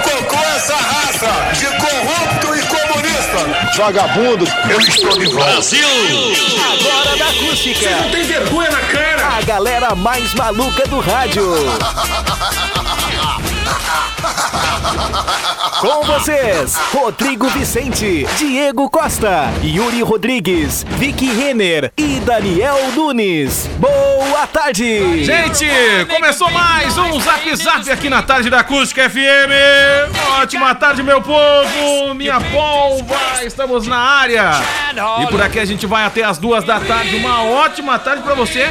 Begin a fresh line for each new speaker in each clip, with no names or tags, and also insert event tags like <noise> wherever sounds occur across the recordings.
cocô é essa raça de corrupto e comunista.
Vagabundo, eu estou de volta.
Agora da acústica. Você não tem vergonha na cara. A galera mais maluca do rádio. Com vocês, Rodrigo Vicente, Diego Costa, Yuri Rodrigues, Vicky Renner e Daniel Nunes. Boa tarde.
Gente, começou mais um Zap Zap aqui na tarde da Acústica FM. Ótima tarde, meu povo, minha polva, estamos na área. E por aqui a gente vai até as duas da tarde. Uma ótima tarde pra você.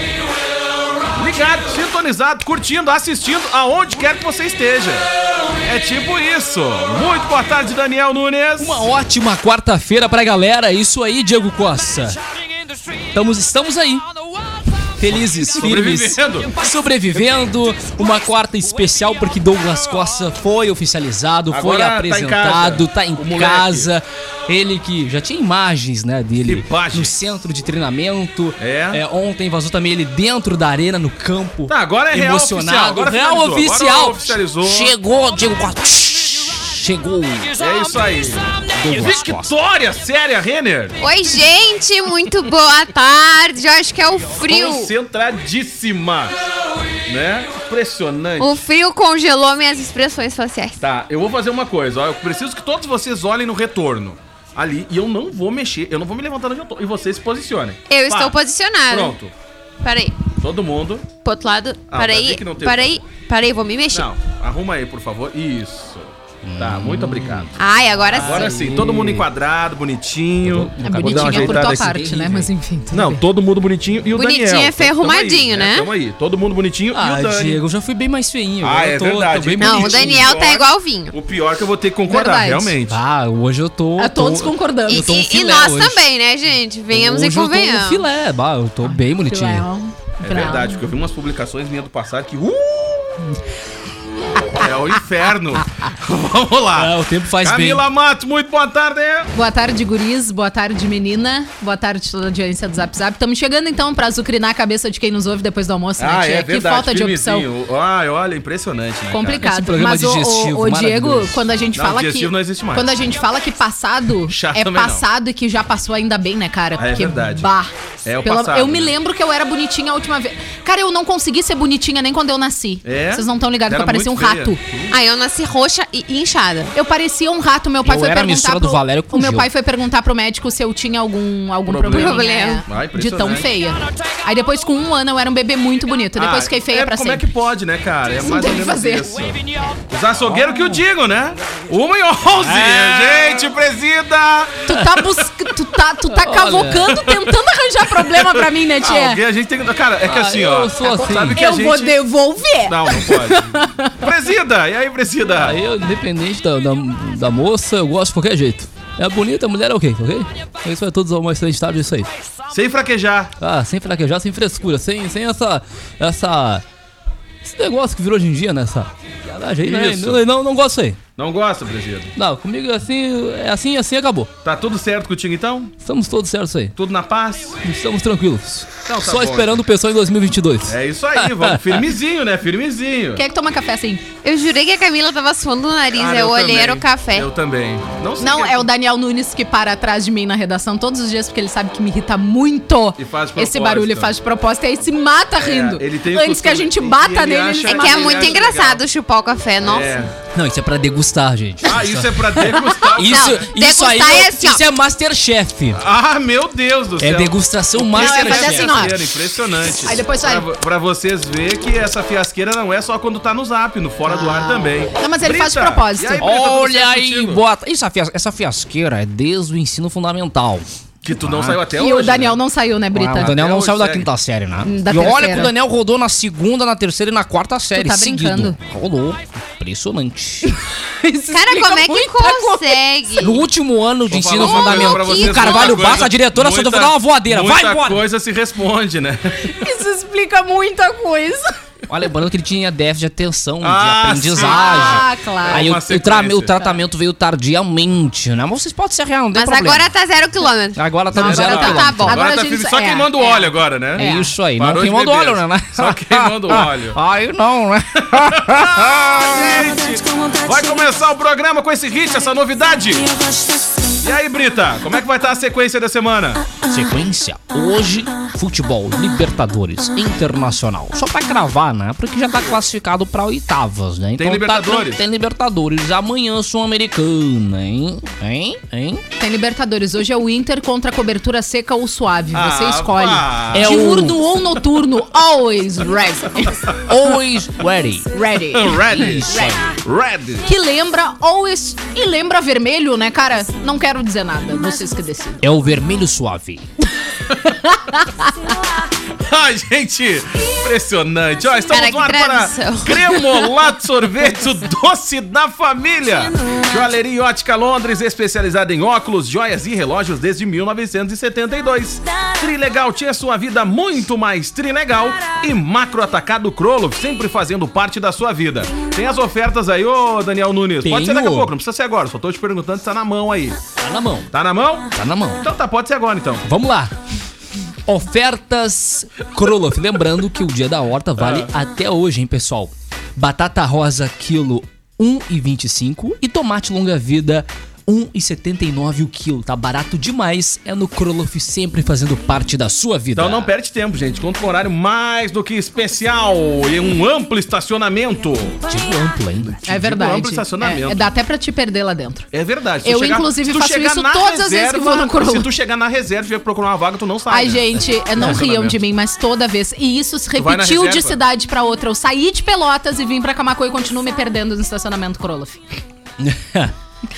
Ligado, sintonizado, curtindo, assistindo, aonde quer que você esteja. É tipo isso. Muito boa tarde, Daniel Nunes.
Uma ótima quarta-feira pra galera. Isso aí, Diego Costa. Estamos, estamos aí. Felizes, firmes.
Sobrevivendo.
Sobrevivendo. Uma quarta especial porque Douglas Costa foi oficializado, foi
Agora tá em
apresentado,
casa.
tá em
O moleque.
casa. Ele que já tinha imagens, né, dele
Imagens.
no centro de treinamento.
É.
ontem vazou também ele dentro da arena, no campo.
Tá, agora é real oficial,
emocionado.
agora
Real
finalizou,
oficial.
agora oficializou.
Chegou, Diego Costa. Chegou.
É isso aí.
Douglas Costa.
Vitória séria, Renner.
Oi, gente, muito boa tarde. Eu acho que é o frio.
Concentradíssima. Né? Impressionante.
O frio congelou minhas expressões faciais.
Tá, eu vou fazer uma coisa, ó. Eu preciso que todos vocês olhem no retorno. Ali, e eu não vou mexer, eu não vou me levantar onde eu tô. E vocês se posicionem.
Eu
Pá,
estou posicionada.
Pronto.
Peraí,
Todo mundo.
pro outro lado.
Ah, vai
peraí,
ver que não tem
peraí, peraí, vou me mexer.
Não, arruma aí, por favor. Isso. Tá, muito obrigado.
Ai, agora sim.
Agora sim, todo mundo enquadrado, bonitinho.
É
Vou dar uma
bonitinha por tua
ajeitada aqui.
parte, né? Mas enfim. tudo
Não,
bem.
todo mundo bonitinho e o
Bonitinho
Daniel.
é feio
Tamo aí,
arrumadinho, né?
Tamo aí, todo mundo bonitinho
Ah,
e o Dani.
Diego, eu já fui bem mais feinho.
Ah,
eu
é
tô,
verdade.
tô bem
Não, é
Não, o
bonitinho.
Daniel tá igual vinho.
O pior é que eu vou ter que concordar,
Verdade.
realmente.
Ah, hoje eu tô.
A todos
tô,
concordando.
E,
Eu tô um
e- e
filé
nós
hoje.
também, né, gente? Venhamos
hoje
e convenhamos.
Eu tô um filé, bah, eu tô bem bonitinho.
Filão,
É
filão.
verdade, porque eu vi umas publicações minhas do passado que. Uh! é o inferno. <laughs> Vamos lá.
Ah, o tempo faz
Camila Matos, muito boa tarde.
Boa tarde, guris. Boa tarde, menina. Boa tarde, toda a audiência do Zap Zap. Estamos chegando, então, pra azucrinar a cabeça de quem nos ouve depois do almoço,
Ah,
né, tia? que falta de opção.
filmezinho. é Ai, olha, impressionante, né?
Esse
Complicado.
programa
Mas o,
digestivo,
o, o Diego,
maravilhoso.
quando a gente
Não,
fala que.
digestivo não existe mais.
Quando a gente fala que passado
Chá
é
também não.
passado e que já passou ainda bem, né, cara?
É verdade.
Bah,
É o
Pelo-
passado,
Eu me
né?
lembro que eu era bonitinha a última vez. Cara, eu não consegui ser bonitinha nem quando eu nasci.
É?
Vocês não estão ligados que
Era
eu parecia um
muito feia.
rato.
Aí Ah, eu nasci roxa e e inchada.
Eu parecia um rato, meu pai
Eu
foi
era a
perguntar
mistura
pro
do Valério com
O meu
o
pai
Gil.
foi perguntar pro médico se eu tinha algum algum
Problema.
problema, né?
Problema. Ah,
de
impressionante.
tão feia. Aí depois com um ano eu era um bebê muito bonito, depois
Ah,
fiquei feia
é,
pra
Como
sempre.
é que pode, né, cara? É
Não
mais ou
tem o que
menos
fazer.
isso. Os açougueiros que eu digo, né? Uma e onze.
É.
Gente, presida.
Tu tá buscando, tu tá, tu tá cavocando, tentando arranjar problema pra mim, né,
Ah,
tia?
alguém, a gente tem que... Cara, é que
Ah,
assim,
eu
ó.
sou assim.
Sabe que a
eu
gente...
vou devolver.
Não, não pode. presida, e aí, presida?
Aí eu, independente da, da, da moça, eu gosto de qualquer jeito. É bonita, a mulher é ok, ok? Isso é todos ao mais três tarde, isso aí.
Sem fraquejar.
Ah, sem fraquejar, sem frescura, sem, sem essa. essa. Esse negócio que virou hoje em dia, né? Essa. viadagem aí, né?
Isso.
Não, não, não gosto aí.
Não gosta, presida?
Não, comigo é assim, é assim, é assim acabou.
Tá tudo certo contigo, então?
Estamos todos certos aí.
Tudo na paz?
Estamos tranquilos.
Então tá
Só
bom,
esperando o pessoal em 2022.
É isso aí, vamos. Firmezinho, né? Firmezinho.
Quer que toma café assim?
Eu jurei que a Camila tava suando o nariz.
é
Cara,
eu, olhei,
também.
era o café.
Eu também. Não sei.
Não,
quem-
é o Daniel Nunes que para atrás de mim na redação todos os dias, porque ele sabe que me irrita muito.
E faz de
Esse
propósito.
barulho ele faz de propósito e aí se mata rindo.
ele tem o
Antes que a
costume-
gente
e
bata
ele
nele, ele
acha
se
É
Mas
que é
ele
mata.
muito
acha
engraçado chupar o café, nossa.
É.
Não, isso é pra degustar, gente.
Ah, isso é pra
<laughs>
degustar.
Isso,
Não,
isso aí
degustar
é,
é assim, ó.
isso é Masterchef.
Ah, meu Deus do
É
céu.
degustação
é
Masterchef.
fazer assim, ó.
Fiasqueira, Impressionante.
Aí depois
pra,
sai.
vo- pra vocês ver que essa fiasqueira não é só quando tá no zap, no fora do ar também.
Ah. Não, mas ele faz de
Brita,
propósito.
e aí, Brita, tudo
Olha
certo
aí,
contigo?
bota. Isso, a fias- essa fiasqueira é desde o ensino fundamental.
Que tu não saiu até
E
hoje.
o Daniel
né?
não saiu, né,
Ah,
Brita?
o Daniel
Até
não
hoje
saiu da
segue.
quinta série, né?
Da
e olha que
terceira.
o Daniel rodou na segunda, na terceira e na quarta série.
tá
seguido.
brincando.
Rodou.
<laughs>
Impressionante.
Isso
Cara,
explica
como é que
muita
consegue?
No último ano de
Vou
ensino
falar uma coisa pra vocês,
fundamental, o Carvalho
muita
Bassa,
coisa-
a diretora, só
muita-
vou dar uma voadeira. Vai
muita
embora.
coisa se responde, né?
coisa. Isso explica muita coisa.
Olha, lembrando que ele tinha déficit de atenção,
Ah,
de aprendizagem.
Ah, claro.
Aí
É
o,
uma
o tra-
sequência.
o tratamento veio tardiamente, né? Mas vocês podem se arranjar, não tem
Mas
problema.
agora tá zero quilômetro.
Agora tá
Não,
no zero
agora tá-
quilômetro.
tá bom.
Agora
Agora
tá
a gente-
firme, só
é,
queimando
é.
óleo agora, né?
É isso aí,
Parou
não
de
queimando
beber.
óleo, né?
Só queimando óleo.
<laughs> Aí não, né?
Ah, Vai começar o programa com esse hit, essa novidade. E aí, Brita, como é que vai estar a sequência da semana?
Sequência. Hoje, futebol, Libertadores, Internacional. Só pra cravar, né? Porque já tá classificado pra oitavas, né?
Tem
tá
Libertadores?
tran- tem Libertadores. Amanhã, Sul-Americana, hein? Hein? Hein?
Tem Libertadores. Hoje é o Inter contra a cobertura seca ou suave. Você
Ah,
escolhe.
vá.
É o-
Diurno ou noturno.
<laughs>
Always ready.
Always ready.
Ready.
É
Red.
Isso aí.
Red.
Que lembra always. E lembra vermelho, né, cara? Não quero dizer nada. Vocês que decidem.
É o vermelho suave.
Ai, Tá, gente, impressionante. Ó, estamos
Cara, que
no ar para
tradução. <laughs>
Cremolato Sorvete, o doce da família. Joalheria e Ótica Londres, especializada em óculos, joias e relógios desde 1972. Trilegal tinha sua vida muito mais trilegal e Macro Atacado Krolov, sempre fazendo parte da sua vida. Tem as ofertas aí, ô Daniel Nunes. Pode ser daqui a
Tenho.
pouco, não precisa ser agora. Só tô te perguntando se tá na mão aí.
Tá na mão.
Tá na mão?
Tá na mão.
Então tá, pode ser agora então.
Vamos lá. Ofertas Kroloff. Lembrando que o dia da horta vale
Ah.
até hoje, hein, pessoal? Batata rosa, quilo 1,25 e tomate longa-vida, 1,79 o quilo. Tá barato demais. É no Kroloff sempre fazendo parte da sua vida.
Então não perde tempo, gente. Conta com um horário mais do que especial e um amplo estacionamento.
Tipo ampla, hein?
É verdade.
amplo estacionamento.
É, é, dá até pra te perder lá dentro.
É verdade. se tu
Eu, inclusive,
se tu
faço
chegar
isso
na
todas as vezes que vou no Corolla.
Se tu chegar na reserva e vier procurar uma vaga, tu não sabe.
Ai,
né?
gente, é, não riam de mim, mas toda vez. E isso se
vai na
repetiu de
reserva?
cidade pra outra. Eu saí de Pelotas e vim pra Camacuã e continuo me perdendo no estacionamento Kroloff.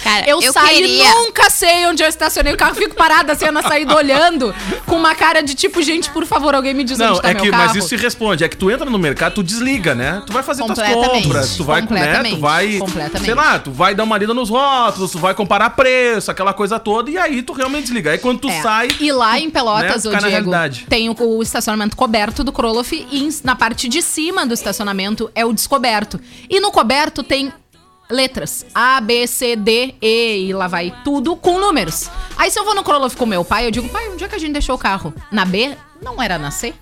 Cara,
Eu, saí
queria-
e nunca sei onde eu estacionei o carro. Fico parada assim na saída <laughs> olhando com uma cara de tipo, gente, por favor, alguém me diz
Não,
onde tá
é
meu
que,
carro.
mas isso se responde. É que tu entra no mercado, tu desliga, né? Tu vai fazer tuas
Completamente,
compras, tu vai, né? Tu
completamente,
vai,
completamente.
sei lá, tu vai dar uma lida nos rótulos, tu vai comparar preço, aquela coisa toda, e aí tu realmente desliga. Aí quando tu
É.
sai,
E lá em Pelotas,
né,
ô
ficar na
Diego,
realidade.
tem o, o estacionamento coberto do Kroloff e em- na parte de cima do estacionamento é o descoberto. E no coberto tem letras A, B, C, D, E e lá vai tudo com números. Aí se eu vou no Kroloff com meu pai, eu digo, pai, onde é que a gente deixou o carro? Na B? Não era na C?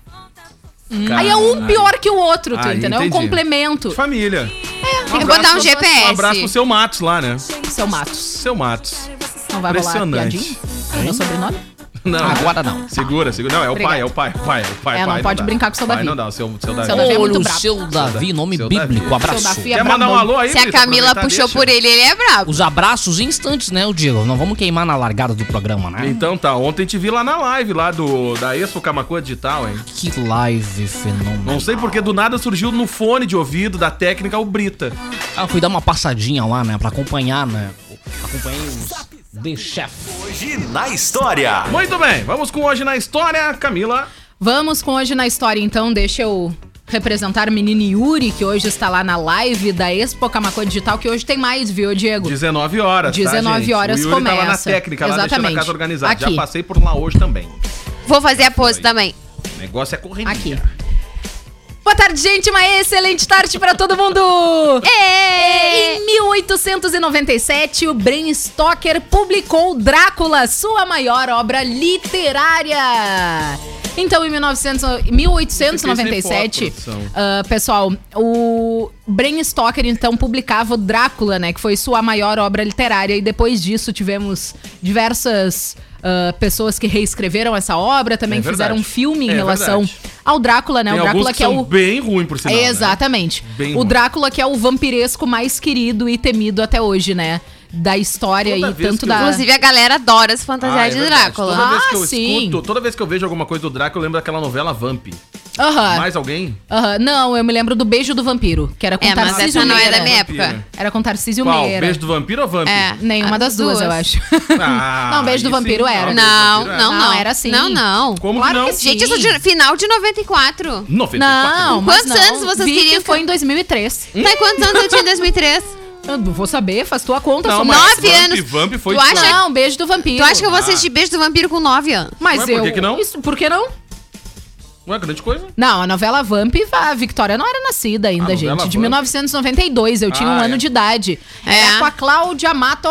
Aí é um pior que o outro, tu
Aí,
entendeu? É um
entendi.
complemento.
família.
Tem que botar um
abraço- Um abraço pro
GPS.
seu Matos lá, né?
Seu Matos.
Seu Matos.
Não vai rolar
Impressionante.
piadinha? É meu sobrenome?
Não,
Agora não.
Segura, segura. Não, é o
Obrigada.
pai, é o pai, é o pai, é o pai.
É, não
pai,
pode
dá.
brincar com o seu
Pai
Davi.
Não dá, o seu, seu Davi.
Seu Davi é muito
Olha o
bravo.
seu Davi, nome
Seu Davi.
bíblico.
Seu
Abraço.
Davi é
Quer mandar um
brabão.
alô aí,
Se a
Brito?
Camila
Aproveitar,
puxou
deixa.
por ele, ele é brabo.
Os abraços instantes, né, o Diego? Não vamos queimar na largada do programa, né?
Então tá, ontem te vi lá na live lá do da Expo Camacuã Digital, hein?
Que live fenomenal.
Não sei porque do nada surgiu no fone de ouvido da técnica o Brita.
Ah, fui dar uma passadinha lá, né? Pra acompanhar, né? Acompanhei os The Chef.
Na história.
Muito bem, vamos com hoje na história, Camila.
Vamos com hoje na história, então. Deixa eu representar o menino Yuri, que hoje está lá na live da Expo Camacô Digital, que hoje tem mais, viu, Diego?
19 horas, tá,
19
gente?
horas
o Yuri tava na
começa.
técnica, lá deixando a
Exatamente.
casa organizada. Já
Aqui.
passei por lá hoje também.
Vou fazer a pose também.
O negócio é correndo.
Aqui. Boa tarde, gente. Uma excelente tarde para todo mundo! Em 1897, o Bram Stoker publicou Drácula, sua maior obra literária. Então, em 1900,
Eu
1897,
fiquei sem foto, um produção.
ah, pessoal, o Bram Stoker então publicava o Drácula, né, que foi sua maior obra literária e depois disso tivemos diversas ah, pessoas que reescreveram essa obra, também
É verdade.
fizeram um filme em
É
relação
verdade.
ao Drácula, né?
Tem
o
alguns
Drácula
que,
que é
são
o
bem ruim, por sinal. né?
Exatamente.
Bem
O
ruim.
Drácula que é o vampiresco mais querido e temido até hoje, né? Da história
Toda
e
vez que
tanto
eu-
da.
Inclusive, a galera adora se fantasiar
Ah, é
de
verdade. Toda
Drácula.
vez que
Ah,
eu
sim.
escuto, toda vez que eu vejo alguma coisa do Drácula, eu lembro daquela novela Vamp.
Aham.
Mais alguém?
aham. Não, eu me lembro do Beijo do Vampiro, que era com
É, mas
Tarcísio
essa não é
Meira.
da minha época.
Vampiro.
Era com Tarcísio
Qual?
Meira.
Beijo do Vampiro ou Vamp?
É.
Nenhuma
Ah,
das duas, eu
duas.
acho.
Ah,
<laughs> não, Beijo do
aí sim,
Vampiro
não.
era.
Não,
Vampiro, é.
não, não.
Não, era assim.
Não, não.
Como
Claro
que não?
que sim.
Gente, eu sou de final de 94.
94.
Não,
Com
mas
quantos
não.
anos vocês
Vicky
queriam que-
foi em 2003.
Hum?
Tá, e quantos anos eu tinha em 2003?
Eu vou saber, faz tua conta.
Não,
sou
mas-
mais-
Nove
Vamp,
anos.
Vamp foi
tu acha,
Não, Beijo do Vampiro.
tu acha que eu vou assistir Beijo do Vampiro com nove anos?
Mas
Ué, por
eu...
que que não?
Isso, por que não?
Ué, grande coisa.
Não, a novela Vamp, a Victoria não era nascida ainda,
A novela
gente. De
Vamp.
1992, eu tinha um
Ah,
ano
é.
de idade.
É.
Era com a Cláudia Mato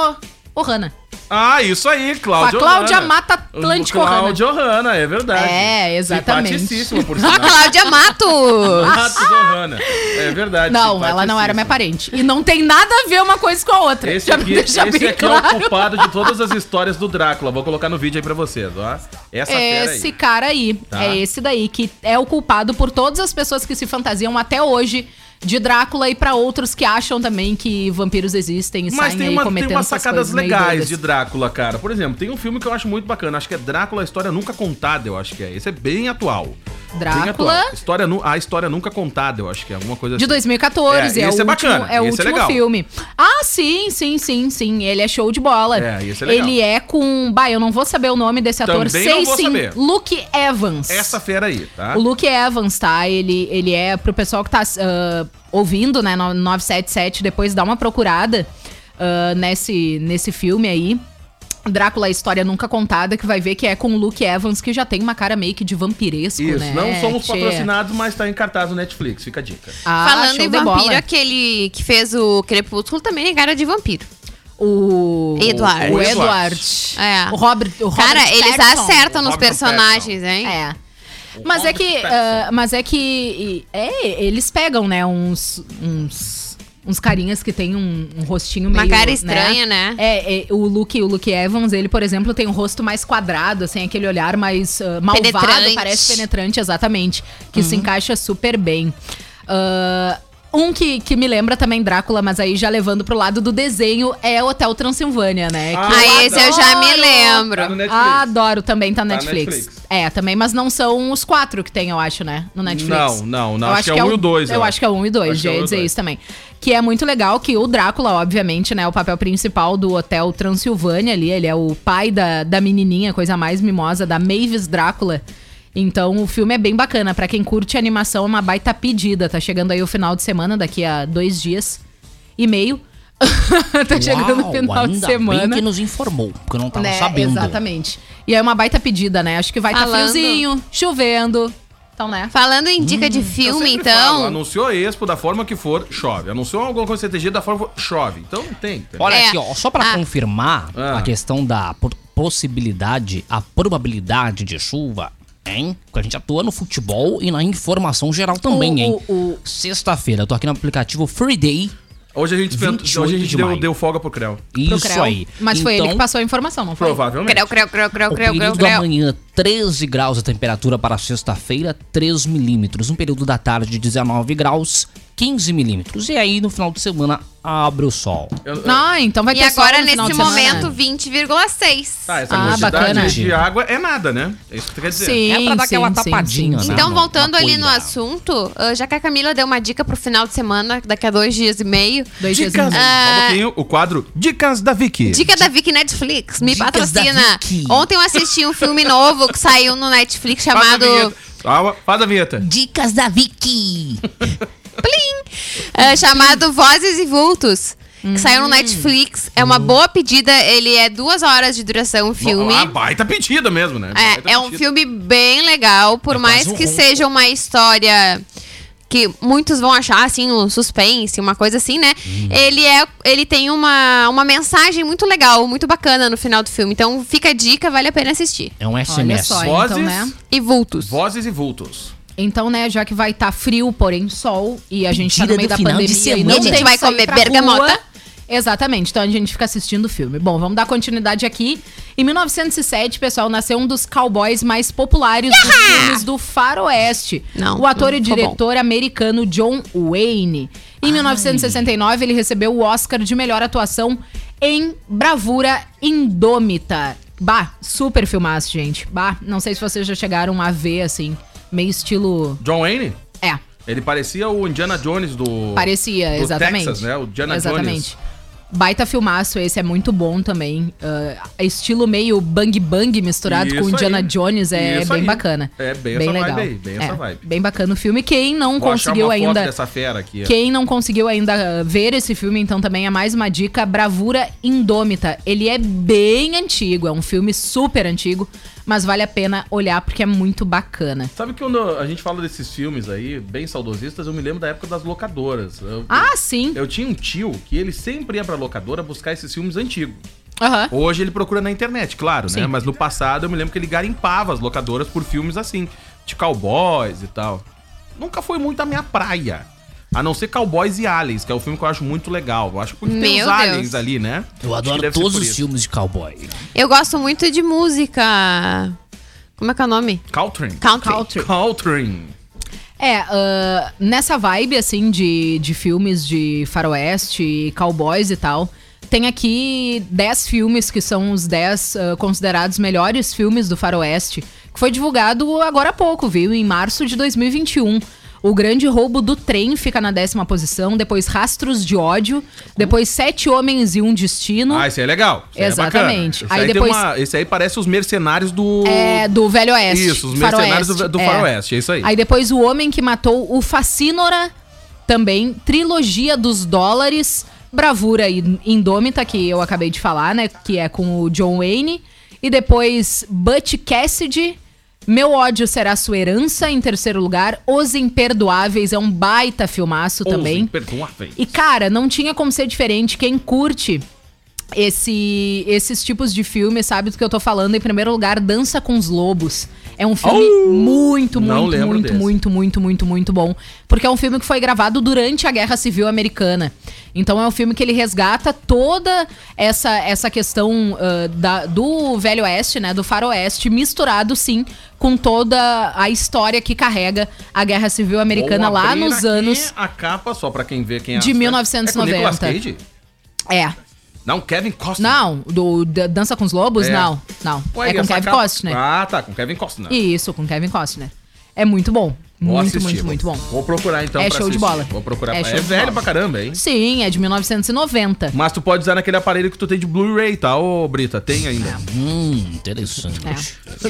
Ohana.
Ah, isso aí,
Com a
Cláudia.
Cláudia
Ohana.
Mata Atlântico Ohana.
Cláudia Ohana, é verdade.
É, exatamente.
Simpaticíssima,
<laughs>
por
A
sinal.
Cláudia Mato!
Matos Ohana. É verdade.
Não, ela não era minha parente. E não tem nada a ver uma coisa com a outra.
Esse
Já
aqui,
me deixa
esse
bem
aqui é o
claro.
culpado de todas as histórias do Drácula. Vou colocar no vídeo aí pra vocês, ó. Essa fera
É Esse
aí.
cara aí.
Tá.
É esse daí, que é o culpado por todas as pessoas que se fantasiam até hoje de Drácula e pra outros que acham também que vampiros existem e
Mas
saem
tem,
aí
uma, tem
cometendo
umas
essas
sacadas
coisas meio
legais
doidas.
de Drácula, cara. Por exemplo, tem um filme que eu acho muito bacana. Acho que é Drácula, a História Nunca Contada, eu acho que é. Esse é bem atual. Bem
Drácula.
atual. História, Nu- a História Nunca Contada, eu acho que é alguma coisa
De 2014,
É,
é,
esse é
o
bacana,
último, é o
esse é
último
legal.
filme. Ah, sim, sim, sim, sim. Ele é show de bola.
É, esse é legal.
Ele é com. Bah, eu não vou saber o nome desse ator.
Também
Sei
não vou
sim.
saber.
Luke Evans.
Essa fera aí, tá?
O Luke Evans, tá? Ele, ele é, pro pessoal que tá ah, ouvindo, né, no 977, depois dá uma procurada ah, nesse, nesse filme aí. Drácula, a história nunca contada, que vai ver que é com o Luke Evans, que já tem uma cara meio que de vampiresco,
Isso,
né?
não somos
Tchê.
patrocinados, mas tá encartado no Netflix, fica a dica.
Ah,
Falando
show
em
de bola.
vampiro, aquele que fez o Crepúsculo também é cara de vampiro.
O.
Edward.
Ah, O
O Edward.
Edward.
É.
O Robert. O Robert
Cara, eles
Pattinson.
acertam nos
Robert
personagens, hein? Um
É. Mas é, que, ah, mas é que. e- É, eles pegam, né, uns. uns uns carinhas que tem um, um rostinho
Uma
meio...
cara estranha, né?
É, é, o Luke, o Luke Evans, ele, por exemplo, tem um rosto mais quadrado, assim, aquele olhar mais ah, malvado,
Penetrante. Uhum.
parece penetrante, exatamente, que se encaixa super bem. Ah, um que, que me lembra também Drácula, mas aí já levando pro lado do desenho, é o Hotel Transilvânia, né? Que
Ah,
Aí esse eu já me
adoro.
lembro.
Tá no Netflix.
Ah, Adoro, também tá no
Tá
Netflix.
Netflix.
É, também, mas não são os quatro que tem, eu acho, né? No Netflix.
Não, não, não, acho que é um e o dois,
Eu,
eu
acho que é o um e dois,
Acho que é
já
um e
ia
o
dizer
dois.
isso também. Que é muito legal que o Drácula, obviamente, né? O papel principal do Hotel Transilvânia ali. Ele é o pai da, da menininha, coisa mais mimosa, da Mavis Drácula. Então, o filme é bem bacana. Pra quem curte animação, é uma baita pedida. Tá chegando aí o final de semana, daqui a dois dias e meio. <laughs> tá chegando o
Uau,
final de
ainda
semana.
Bem que nos informou, porque eu não tava
Né,
Tá sabendo.
Exatamente. E é uma baita pedida, né? Acho que vai estar tá
Falando-
friozinho, chovendo. Então, né?
Falando em dica de
Eu
filme,
sempre falo,
então.
anunciou Expo da forma que for, chove. Anunciou alguma coisa CTG da forma que for, chove. Então tem. tem.
Olha
É.
aqui, ó, só pra
Ah.
confirmar
Ah.
a questão da por- possibilidade, a probabilidade de chuva, hein? Porque a gente atua no futebol e na informação geral também,
O-
hein?
o- o-
Sexta-feira, eu tô aqui no aplicativo Free Day.
Hoje a gente, pen-
28
hoje a gente
de
deu,
maio.
deu folga pro Creu.
pro
Isso
Creu.
aí.
Mas foi ele
Então,
que passou a informação, não foi?
Provavelmente.
Creu, creu, creu, creu,
O
creu, creu,
período da
creu.
manhã, 13 graus a temperatura para sexta-feira, 3 milímetros. Um período da tarde, 19 graus, 15 milímetros. E aí, no final de semana, abre o sol.
Eu-
Não, então vai
E
ter
agora,
sol no final
nesse
de semana.
momento, 20,6.
Tá, essa
Ah,
quantidade
bacana.
de água é nada, né? É isso que tu quer dizer.
Sim,
é pra dar aquela
sim, sim,
tapadinha,
sim,
né?
Então,
Uma-
voltando
uma
ali no
coisa.
assunto, ah, já que a Camila deu uma dica pro final de semana, daqui a dois dias e meio.
Dois dias e
Dicas.
meio.
Ah,
Só um pouquinho, o quadro Dicas da Vicky.
Dica da Vicky Netflix, me
Dicas da
patrocina.
Vicky. é
Ontem eu assisti um filme novo que saiu no Netflix
Faz a
chamado
vinheta. Calma, faz a vinheta.
Dicas da Vicky.
é, chamado Vozes e Vultos. Que saiu
Hum.
no Netflix. É uma boa pedida. Ele é duas horas de duração o filme.
Ah, baita pedida mesmo, né? Baita
É, é um
pedida.
filme bem legal, por
É
mais
quase um
que
ronco.
seja uma história que muitos vão achar assim um suspense, uma coisa assim, né?
Hum.
Ele é ele tem uma, uma mensagem muito legal, muito bacana no final do filme. Então fica a dica, vale a pena assistir.
É um
Olha
SMS.
só,
Vozes.
então, né?
E Vultos.
Vozes e Vultos.
Então, né, já que vai estar frio, porém sol, e a gente tá
Mentira
no meio
do
da
final de
pandemia e
semana.
não
E a gente
tem
vai
que sair
comer
pra
bergamota.
rua. Exatamente, então a gente fica assistindo o filme. Bom, vamos dar continuidade aqui. Em 1907, pessoal, nasceu um dos cowboys mais populares dos filmes do faroeste.
Não,
o ator
não
e
ficou bom.
diretor americano John Wayne. Em 1969, ele recebeu o Oscar de melhor atuação em Bravura Indômita. Bah, super filmaço, gente. Bah, não sei se vocês já chegaram a ver, assim, meio estilo
John Wayne?
é,
Ele parecia o Indiana Jones do.
parecia,
do
exatamente.
Texas, né? O Indiana Jones.
Baita filmaço, esse é muito bom também. Ah, estilo meio bang bang misturado
Isso
com Indiana
aí.
Jones é
Isso
bem
aí.
bacana. É,
É, bem essa vibe aí, bem essa vibe.
Bem bacana o filme. Quem não
Vou achar
conseguiu
uma foto
ainda.
dessa fera aqui.
Quem não conseguiu ainda ah, ver esse filme, então também é mais uma dica: Bravura Indômita. Ele é bem antigo, é um filme super antigo, mas vale a pena olhar porque é muito bacana.
Sabe que quando a gente fala desses filmes aí, bem saudosistas, eu me lembro da época das locadoras. Eu,
Ah, sim.
eu tinha um tio que ele sempre ia pra locadora buscar esses filmes antigos.
Aham.
Hoje ele procura na internet, claro, né?
Sim.
Mas no passado eu me lembro que ele garimpava as locadoras por filmes assim, de cowboys e tal. Nunca foi muito a minha praia. A não ser Cowboys e Aliens, que é o filme que eu acho muito legal. Eu acho que porque
Meu
tem os
Deus.
aliens ali, né?
Eu
Acho que
adoro
deve ser
todos
por
os
isso.
filmes de cowboy.
Eu gosto muito de música. Como é que é o nome?
Caltrin.
Country.
Country.
Caltrin.
É, ah, nessa vibe, assim, de, de filmes de faroeste, cowboys e tal, tem aqui 10 filmes que são os 10 ah, considerados melhores filmes do faroeste, que foi divulgado agora há pouco, viu? Em março de 2021. O Grande Roubo do Trem fica na décima posição, depois Rastros de Ódio, depois Sete Homens e um Destino.
Ah, esse é legal. Esse
Exatamente.
É bacana. Esse
Aí
aí, tem
depois-
uma- esse aí parece os mercenários do.
É, do Velho Oeste.
Isso, os mercenários do- do Faroeste, é isso aí.
Aí depois o Homem que Matou o Facínora, também, Trilogia dos Dólares, Bravura e Indômita, que eu acabei de falar, né, que é com o John Wayne. E depois Butch Cassidy, Meu Ódio Será Sua Herança, em terceiro lugar. Os Imperdoáveis, é um baita filmaço
Os
também.
Imperdoáveis.
E cara, não tinha como ser diferente. Quem curte esse, esses tipos de filme sabe do que eu tô falando. Em primeiro lugar, Dança com os Lobos. É um filme
Oh!
muito,
Não
muito,
lembro
muito,
desse.
muito, muito, muito, muito bom. Porque é um filme que foi gravado durante a Guerra Civil Americana. Então é um filme que ele resgata toda essa, essa questão ah, da- do Velho Oeste, né? Do Faroeste, misturado, sim, com toda a história que carrega a Guerra Civil Americana
Vou
lá
abrir
nos
aqui é
anos.
A capa, só pra quem vê quem é.
de
É com
1990.
Nicolas Cage?
É.
Não, Kevin Costner.
Não, do da- Dança com os Lobos?
É.
Não, não.
Ué,
é com
essa
Kevin
capa-
Costner.
Ah, tá, com Kevin Costner.
Isso, com Kevin Costner. É muito bom.
Vou
muito,
assistir,
muito,
vou-
muito bom.
Vou procurar então
É
pra
show de
assistir.
bola.
Vou procurar.
É
É,
show de
velho
bola.
pra caramba, hein?
Sim, é de 1990.
Mas tu pode usar naquele aparelho que tu tem de Blu-ray, tá? Ô, Brita,
Ah,
tem ainda.
Hum, interessante.
É.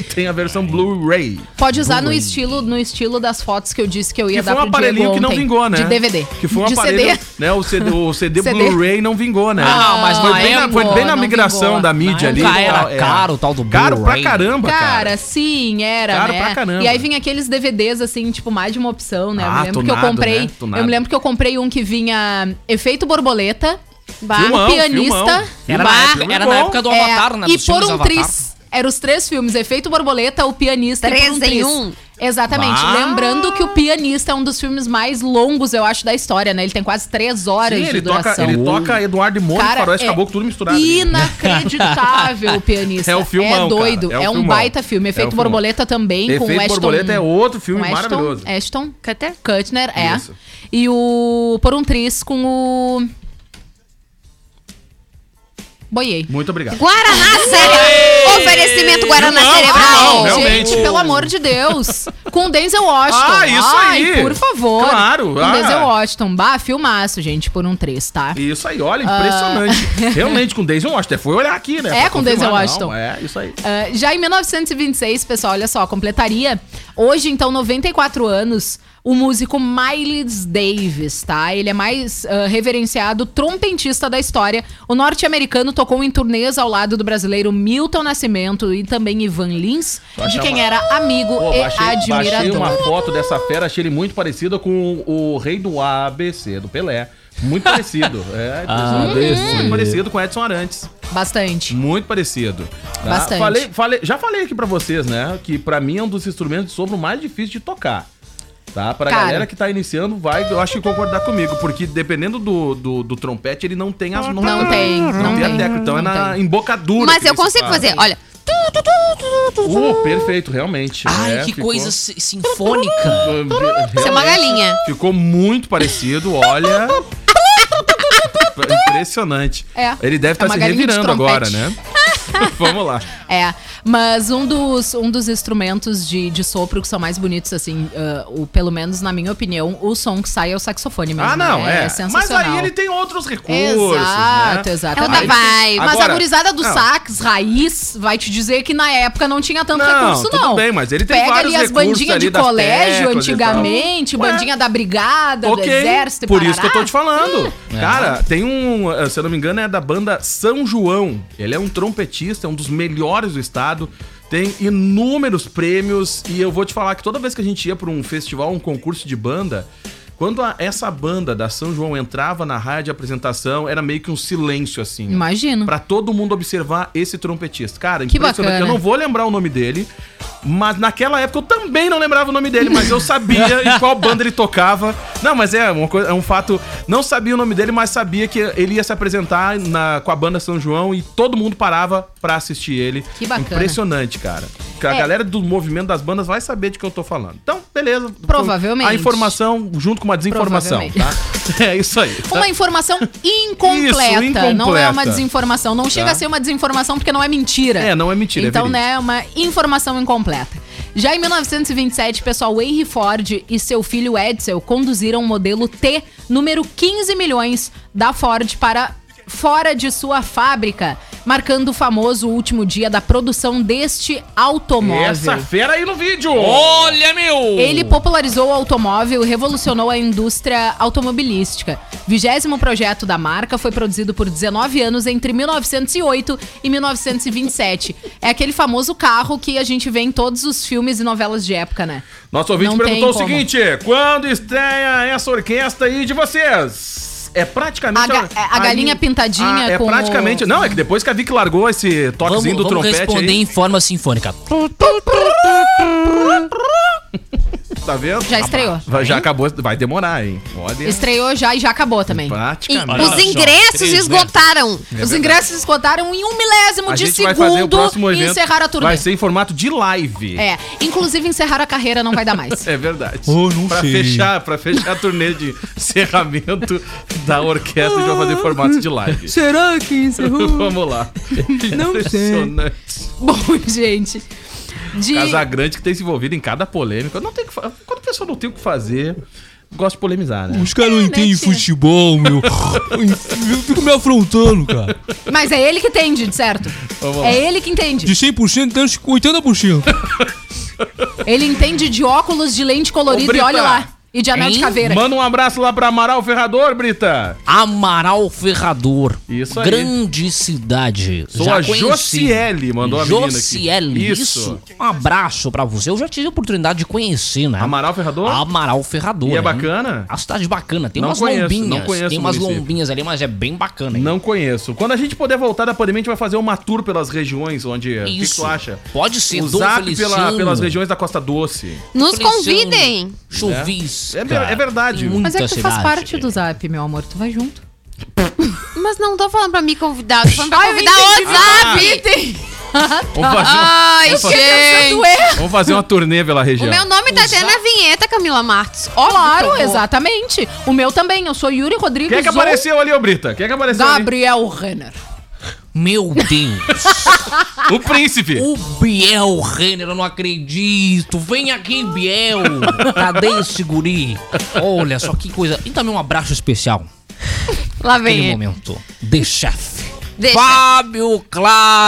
<laughs> tem a versão Blu-ray.
Pode usar no estilo, no estilo das fotos que eu disse que eu ia
Que
dar
foi um
pro
aparelhinho
Diego
que não
ontem,
vingou, né?
De DVD.
Que foi um
de
aparelho,
<laughs> CD.
né? O CD, o
<laughs>
CD,
CD.
Blu-ray não vingou, né?
Ah, mas
foi,
não
bem na, foi
vingou,
bem na
é não
migração
vingou.
da mídia
Não,
ali.
cara, era
tal, é.
caro o tal do
Caro pra
Blu-ray.
caramba,
Cara,
cara.
sim, era,
Caro
né?
pra caramba.
E aí vinha aqueles DVDs, assim, tipo, mais de uma opção, né? eu
Ah,
me lembro que
tunado,
eu comprei.
né? Tunado.
Eu me lembro que eu comprei um que vinha Efeito Borboleta,
Bah.
Filmão,
Pianista.
filmão.
Era,
Bah,
na época,
filme
era na
bom.
época do
É,
Avatar, né?
E
dos
por
filmes
um
Avatar.
tris. Eram os três filmes: Efeito Borboleta, O Pianista e por
Três
um
em
tris.
um.
Exatamente.
Bah.
Lembrando que o Pianista é um dos filmes mais longos, eu acho, da história, né? Ele tem quase três horas
Sim,
de
ele toca,
duração.
ele toca Eduardo Moura e Faroeste
é
Caboclo, tudo misturado. ali. né? <laughs>
Inacreditável o pianista.
É um filmão,
É doido.
cara. É um
É, um
filmão.
baita
É
filme.
um
Efeito
filmão.
Borboleta também com
Efeito
o Ashton.
Borboleta é outro filme
com Ashton-
maravilhoso.
Ashton Kutcher. Kutner, é.
Isso.
E o Por um Tris com o. Boiei.
Muito obrigado.
Guaraná Cerebral! Oferecimento Guaraná
Não,
Cerebral!
não, não. realmente.
Gente, pelo amor de Deus. Com Denzel Washington.
Ah, isso
Ai,
aí.
por favor.
Claro,
Com
ah.
Denzel Washington. Bah, filmaço, gente, por um três, tá?
Isso aí, olha, impressionante. Realmente, com Denzel Washington. Foi olhar aqui, né?
É,
pra
com
confirmar,
Denzel
não,
Washington.
É, isso aí.
Ah, já em 1926, pessoal, olha só, completaria. Hoje, então, 94 anos, o músico Miles Davis, tá? Ele é mais ah, reverenciado trompetista da história. O norte-americano tocou em turnês ao lado do brasileiro Milton Nascimento e também Ivan Lins, de quem era amigo
Pô,
e
baixei, baixei
É admirador.
uma foto dessa fera, achei ele muito parecido com o rei do ABC, do Pelé. Muito parecido. É,
Ah,
impressionante.
ABC.
muito parecido com Edson Arantes.
Bastante.
Muito parecido. tá?
Bastante.
Falei, falei- já falei aqui pra vocês, né? Que pra mim é um dos instrumentos de sopro mais difícil de tocar. Tá? Pra
Cara.
galera que tá iniciando, vai, eu acho que concordar comigo. Porque dependendo do, do, do trompete, ele não tem as notas.
Não tem, não
tem a
tem,
tecla. Então é
não
na
tem.
embocadura.
Mas
que
eu
ele se
consigo
fala.
fazer, olha. Tu, tu, tu, tu, tu, tu.
Uh, perfeito, realmente. É,
Ai, que
ficou- um,
coisa si- sinfônica.
Você é uma galinha.
Ficou muito parecido,
<laughs>
olha. Impressionante.
É.
Ele deve estar
É uma
se
galinha de
revirando
trompete.
agora, né? <laughs> Vamos lá.
É, mas um dos, um dos instrumentos de, de sopro que são mais bonitos, assim, ah, o, pelo menos na minha opinião, o som que sai é o saxofone mesmo.
Ah, não,
né?
é. Mas
sensacional.
aí ele tem outros recursos.
Exato,
né?
exato.
É outra
Aí-
vibe.
Mas
Agora-
a gurizada do
Não.
sax, raiz, vai te dizer que na época não tinha tanto
Não,
recurso,
tudo
não.
bem, mas ele tem
Pega
vários
ali as
recursos
bandinhas
ali
de
das
colégio
teclas e tal.
antigamente,
Ué.
bandinha da brigada,
Ok,
do exército,
por isso que eu tô te
parará.
falando. É. Cara, tem um, eh, se eu não me engano, é da banda São João. Ele é um trompetista, é um dos melhores do estado. Tem inúmeros prêmios e eu vou te falar que toda vez que a gente ia para um festival, um concurso de banda, quando a- essa banda da São João entrava na rádio de apresentação, era meio que um silêncio assim. ó.
Imagino.
Pra todo mundo observar esse trompetista. Cara,
Hum. Que
impressionante.
bacana.
Eu não vou lembrar o nome dele, mas naquela época eu também não lembrava o nome dele, mas eu
<laughs>
sabia em qual banda ele tocava. Não, mas é, uma coisa, é um fato. Não sabia o nome dele, mas sabia que ele ia se apresentar na, com a banda São João e todo mundo parava pra assistir ele.
Que bacana.
Impressionante, cara. Que A
É.
galera do movimento das bandas vai saber de que eu tô falando. Então, beleza.
Provavelmente.
A informação junto com uma desinformação, tá? <laughs> É isso aí.
Uma informação incompleta. Não é uma
incompleta. Tá.
desinformação. Não chega a ser uma desinformação porque não é mentira.
É, não é mentira, é
Então,
verídico.
né, é uma informação incompleta. Já em 1927, pessoal, Henry Ford e seu filho Edsel conduziram o modelo T número 15 milhões da Ford para fora de sua fábrica, marcando o famoso último dia da produção deste automóvel.
Essa fera aí no vídeo!
Olha, meu!
Ele
Hum.
popularizou o automóvel e revolucionou a indústria automobilística. Vigésimo projeto da marca foi produzido por 19 anos entre 1908 e 1927. É aquele famoso carro que a gente vê em todos os filmes e novelas de época, né?
Nosso ouvinte
Não
perguntou o
tem como.
seguinte: quando estreia essa orquestra aí de vocês? É praticamente.
A ga- é a galinha pintadinha
Ah, é
com
praticamente.
o-
Não, é que depois que a Vicky largou esse
Vamos,
toquezinho do
vamos
trompete
responder
aí.
em forma sinfônica.
Tá vendo?
Já estreou.
Vai- já acabou, vai demorar, hein? Olha.
Estreou já e já acabou também.
Praticamente.
Os ingressos esgotaram.
Os ingressos esgotaram em um milésimo
É A
de
gente vai fazer o
segundo
próximo
e
evento.
encerraram a turnê.
Vai ser em formato de live.
É, inclusive encerraram a carreira, não vai dar mais.
É verdade.
Oh, não
pra
sei.
fechar, pra fechar a turnê de <laughs> encerramento da orquestra, a gente vai fazer formato de
<laughs>
live.
<laughs> Será que encerrou?
Vamos lá. Não Impressionante.
<laughs> Bom, gente. De...
Casagrande que tem se envolvido em cada polêmica. Não tem o que fa- Quando a pessoa não tem o que fazer, gosta de polemizar, né?
Os caras não entendem
tia?
futebol, meu. Eu fico me afrontando, cara.
Mas é ele que entende, de certo?
Vamos lá.
É ele que entende.
100%, tem uns 80%.
Ele entende de óculos, de lente colorida
Ô,
e
Brita,
olha lá. E de anel de
hein?
caveira.
Manda um abraço lá pra Amaral Ferrador, Brita.
Amaral Ferrador.
Isso aí.
Grande cidade.
Sou a Jociele, mandou a menina aqui.
Jociele, isso. Um abraço pra você. Eu já tive a oportunidade de conhecer, né?
Amaral Ferrador?
Amaral Ferrador.
E é
né?
bacana?
A cidade bacana. Tem
Não
umas
conheço,
lombinhas.
não conheço
tem
o
umas
município.
lombinhas ali, mas é bem bacana. hein?
Não conheço. Quando a gente puder voltar da pandemia, a gente vai fazer uma tour pelas regiões onde. O que que,
Isso.
tu acha?
Pode ser,
O
Dom
zap pela,
Feliciano.
pelas regiões da Costa Doce.
Nos
Feliciano,
convidem.
Chuvisca.
É ver- é verdade.
Tem
Mas é que
muita
tu faz
cidade.
parte do zap, meu amor. Tu vai junto.
Mas não tô falando pra me convidar, tô falando pra
Ai, eu
convidar o
entendi.
Zap.
Ah.
Vamos Ah, fazer,
Ai,
vamos fazer- um-
gente.
vamos fazer uma turnê pela
O
região.
meu nome tá até na vinheta, Camila Martins. Óbvio que eu
Claro,
vou.
exatamente. O meu também. Eu sou Yuri Rodrigues.
Quem é que
ou
apareceu ali, ô Brita? Quem é que apareceu
Gabriel Renner. <laughs>
Meu Deus.
ali? O príncipe.
O Biel Renner, eu não acredito. Vem aqui, Biel. Cadê esse guri? Olha só que coisa. E também um abraço especial.
Lá
Aquele
vem ele.
momento. De chefe.
De
Fábio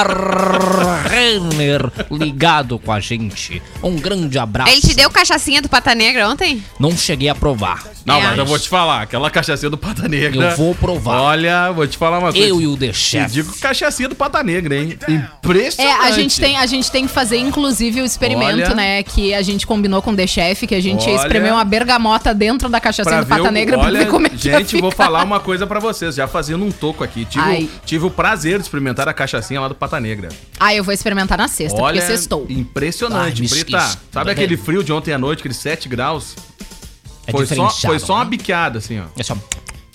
Clar Renner ligado com a gente. Um grande abraço.
Ele te deu cachaçinha do Pata Negra ontem?
Não cheguei a provar.
Não,
É.
mas eu vou te falar, aquela cachaça do Pata Negra.
Eu vou provar.
Olha, vou te falar uma coisa.
Eu e o The
Te
Chef.
digo cachaça do Pata Negra, hein? Impressionante.
É, a gente, tem, a gente tem que fazer, inclusive, o experimento,
Olha.
né? Que a gente combinou com o The Chef, que a gente ia
Olha.
espremer uma bergamota dentro da cachaça
Pra
do
ver
Pata
o-
Negra pra
olha,
ver como é que ia
Gente, vou
ficar.
falar uma coisa pra vocês, já fazendo um toco aqui.
Ai.
Tive, o- tive o prazer de experimentar a cachaçinha lá do Pata Negra.
Ah, eu vou experimentar na sexta,
Olha,
porque é sextou.
impressionante,
Ai, me
Brita.
esqueci.
Sabe
Tá
aquele
bem.
frio de ontem à noite, aqueles 7 graus?
É
foi só,
diferenciado,
foi só uma
né?
biqueada, assim, ó.
É só-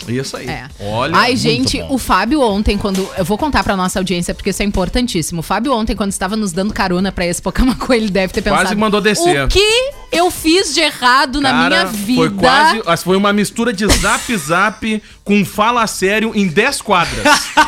Isso aí.
É.
Olha.
Ai, gente,
bom.
o Fábio ontem, quando. Eu vou contar pra nossa audiência, porque isso é importantíssimo. O Fábio ontem, quando estava nos dando carona pra esse Pocamacu, ele deve ter
Quase
pensado.
mandou descer.
O que eu fiz de errado na minha
Cara,
vida?
Foi quase. as- Foi uma mistura de zap zap com fala sério em 10 quadras.
<laughs>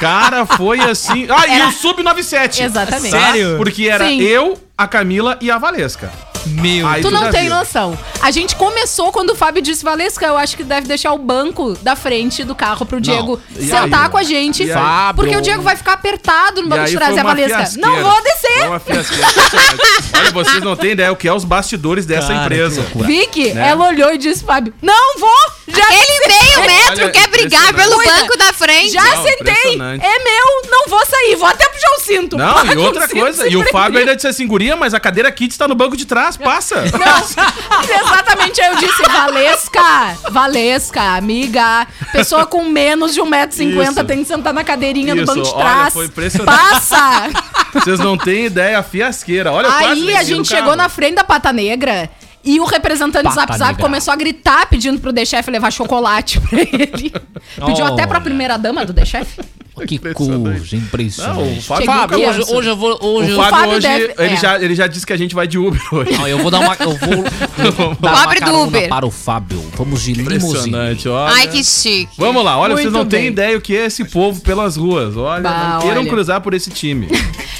Cara, foi assim. Ah, e o Sub97.
Exatamente.
Sério? Tá? Porque era
Sim.
eu, a Camila e a Valesca.
Meu
Aí
Tu
já
não tem
viu.
noção. A gente começou quando o Fábio disse, Valesca, eu acho que deve deixar o banco da frente do carro pro Diego
E aí?
sentar com a gente.
E aí?
Porque o Diego vai ficar apertado no
E
banco
aí
de
foi
trás. E a
uma
Valesca,
fiasqueira.
não vou
Foi
descer.
uma fiasqueira. impressionante. Olha, vocês não têm ideia o que é os bastidores dessa
Cara, que
empresa.
loucura.
Vicky,
Né?
ela olhou e disse, Fábio, não vou! Já
Ele
desci.
veio, metro,
Olha,
quer brigar
impressionante.
pelo banco da frente.
Já
Não,
sentei!
impressionante.
É meu, não vou sair, E vou até puxar o cinto.
Não,
Paga
e outra
o cinto
coisa,
sem
e o
prender.
Fábio ainda disse assim, guria, mas a cadeira kit tá no banco de trás, passa.
Não, <laughs> exatamente aí eu disse, Valesca, Valesca, amiga, pessoa com menos de 1,50m
Isso.
tem que sentar na cadeirinha do
Isso,
banco de
olha,
trás.
foi impressionante. <laughs>
Passa!
Vocês não têm ideia, a fiasqueira. Olha, eu quase
Aí
desci
a
do
gente
carro.
chegou na frente da Pata Negra e o representante do
Pata
Zap Zap
Negra.
começou a gritar pedindo pro The Chef levar chocolate
<laughs>
pra ele. Pediu até pra
Olha.
primeira dama do The Chef.
Que coisa
Não, Ah, o
impressionante.
Fábio,
Chegou
Fábio,
criança.
hoje, hoje eu vou.
o
Hoje eu...
Fábio
Fábio
hoje,
deve-
ele,
é.
já, ele já disse que a gente vai de Uber <laughs> hoje.
Não, eu vou dar uma. Eu vou. eu
<laughs>
vou dar uma
Pobre do
carona
Uber.
Para o Fábio. Vamos de limusine.
Impressionante, olha.
Ai, que chique.
Vamos lá, olha, vocês
Muito
não têm
bem.
ideia o que é esse povo pelas ruas. Olha,
Bah,
não queiram
olha.
cruzar por esse
<laughs>
time.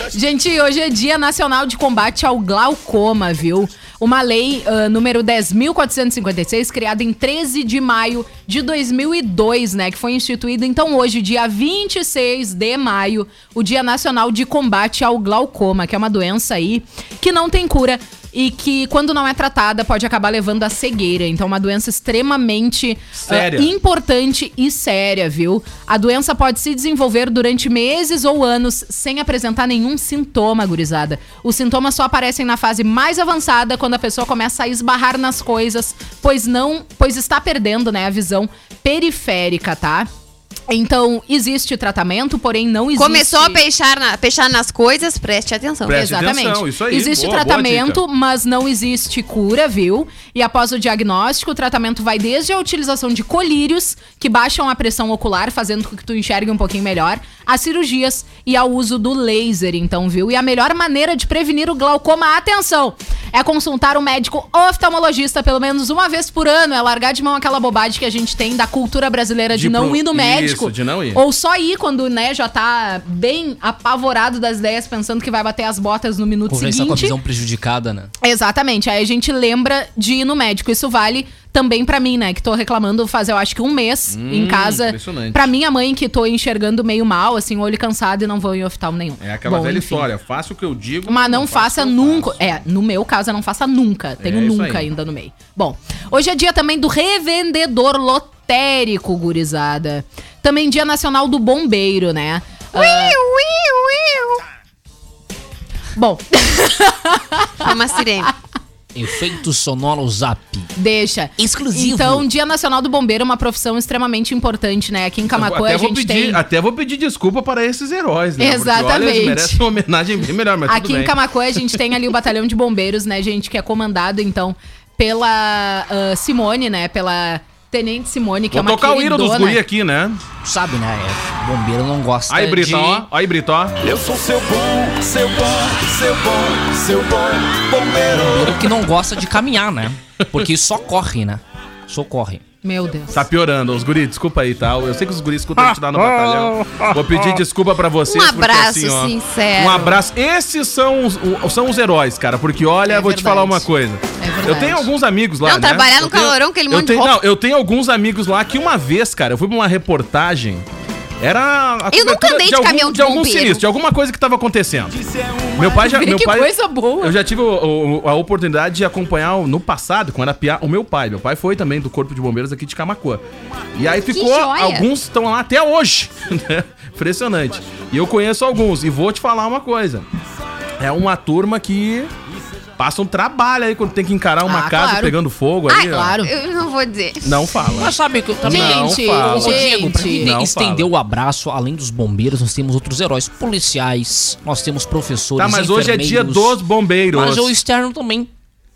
Gente, hoje é Dia Nacional de Combate ao Glaucoma, viu? Uma lei ah, número 10.456, criada em 13 de maio de 2002, né? Que foi instituída, então, hoje, dia 26 de maio, o Dia Nacional de Combate ao Glaucoma, que é uma doença aí que não tem cura e que, quando não é tratada, pode acabar levando à cegueira. Então, é uma doença extremamente ah,
Séria.
importante e séria, viu? A doença pode se desenvolver durante meses ou anos sem apresentar nenhum sintoma, gurizada. Os sintomas só aparecem na fase mais avançada quando a pessoa começa a esbarrar nas coisas, pois não, pois está perdendo, né, a visão periférica, tá? Então, existe tratamento, porém não existe
Começou a peixar, na- peixar nas coisas, preste atenção.
Preste
Exatamente.
atenção, isso aí,
Existe
boa, boa
tratamento, mas não existe cura, viu? E após o diagnóstico, o tratamento vai desde a utilização de colírios, que baixam a pressão ocular, fazendo com que tu enxergue um pouquinho melhor, a cirurgias e ao uso do laser, então, viu? E a melhor maneira de prevenir o glaucoma, atenção, é consultar um médico oftalmologista pelo menos uma vez por ano, é largar de mão aquela bobagem que a gente tem da cultura brasileira de,
De
não
pro-
ir no
Isso,
médico.
de não ir.
Ou só ir quando, né, já tá bem apavorado das ideias, pensando que vai bater as botas no minuto
Pô, já está com a
seguinte.
visão prejudicada, né?
Exatamente. Aí a gente lembra de ir no médico. Isso vale também pra mim, né? Que tô reclamando faz, eu acho que um mês em casa.
Hum, impressionante.
Pra minha mãe, que tô enxergando meio mal, assim, olho cansado e não vou em oftalmo nenhum.
É aquela
Bom,
velha
enfim.
história, faça o que eu digo.
Mas não
faço
faça
o que eu
nunca.
faço.
É, no meu caso, eu não faça nunca. Tenho
É isso
nunca
aí.
ainda no meio. Bom, hoje é dia também do revendedor lotérico, gurizada. Também dia nacional do bombeiro, né? Ah, bom, <laughs>
É uma sirene.
Efeito sonoro zap.
deixa.
Exclusivo.
Então, dia nacional do bombeiro é uma profissão extremamente importante, né? Aqui em Camacuã
até,
a
vou
gente
pedir,
tem...
até vou pedir desculpa para esses heróis, né? Porque, olha, eles
Exatamente.
merecem uma homenagem bem melhor, mas
Aqui
tudo
em
bem.
Camacuã a gente
<laughs>
tem ali o batalhão de bombeiros, né, gente, que é comandado então pela ah, Simone, né, pela Tenente Simone, que
Vou
é uma
tocar o hino dos
queridona.
guri aqui, né?
Sabe, né? É, bombeiro não gosta
Aí,
de...
Brito, ó. Aí, Brito, ó.
Eu sou seu bom, seu bom, seu bom, seu bom, bombeiro.
Bombeiro que não gosta de caminhar, né? Porque só corre, né? Só corre.
Meu Deus.
Tá piorando. Os guris, desculpa aí, tá? Eu sei que os guris escutam a gente lá no batalhão. Vou
<laughs>
pedir desculpa pra vocês.
Um
porque
abraço
ó,
sincero.
Um abraço. Esses são os, o- são os heróis, cara. Porque, olha,
É
vou te falar
verdade.
uma coisa.
É verdade.
eu tenho alguns amigos lá,
Não,
né?
trabalhar no
Eu tenho-
calorão, aquele
eu
monte de
tenho-
roupa.
Não, eu tenho alguns amigos lá que uma vez, cara, eu fui pra uma reportagem... Era a
Eu nunca
cobertura
andei de
algum-
caminhão de
de algum
bombeiro.
sinistro, de alguma coisa que tava acontecendo. Meu pai já,
é um Vê
meu
que
pai,
coisa boa.
Eu já tive o- o- a oportunidade de acompanhar o- no passado, quando era piá, o meu pai. Meu pai foi também do Corpo de Bombeiros aqui de Camacuã. E aí ficou.
joia!
Alguns estão lá até hoje. <laughs> né? Impressionante. E eu conheço alguns. E vou te falar uma coisa. É uma turma que passa um trabalho aí quando tem que encarar uma
Ah,
casa
claro.
pegando fogo aí.
Ai,
ó.
claro.
Eu não vou dizer.
Não fala.
Mas sabe que eu também...
Não
Gente,
fala.
Ô, Diego, pra quem
gente.
Não
estender o abraço, além dos bombeiros, nós temos outros heróis policiais, nós temos professores,
Tá, mas hoje é dia
enfermeiros.
dos bombeiros.
Mas o externo também.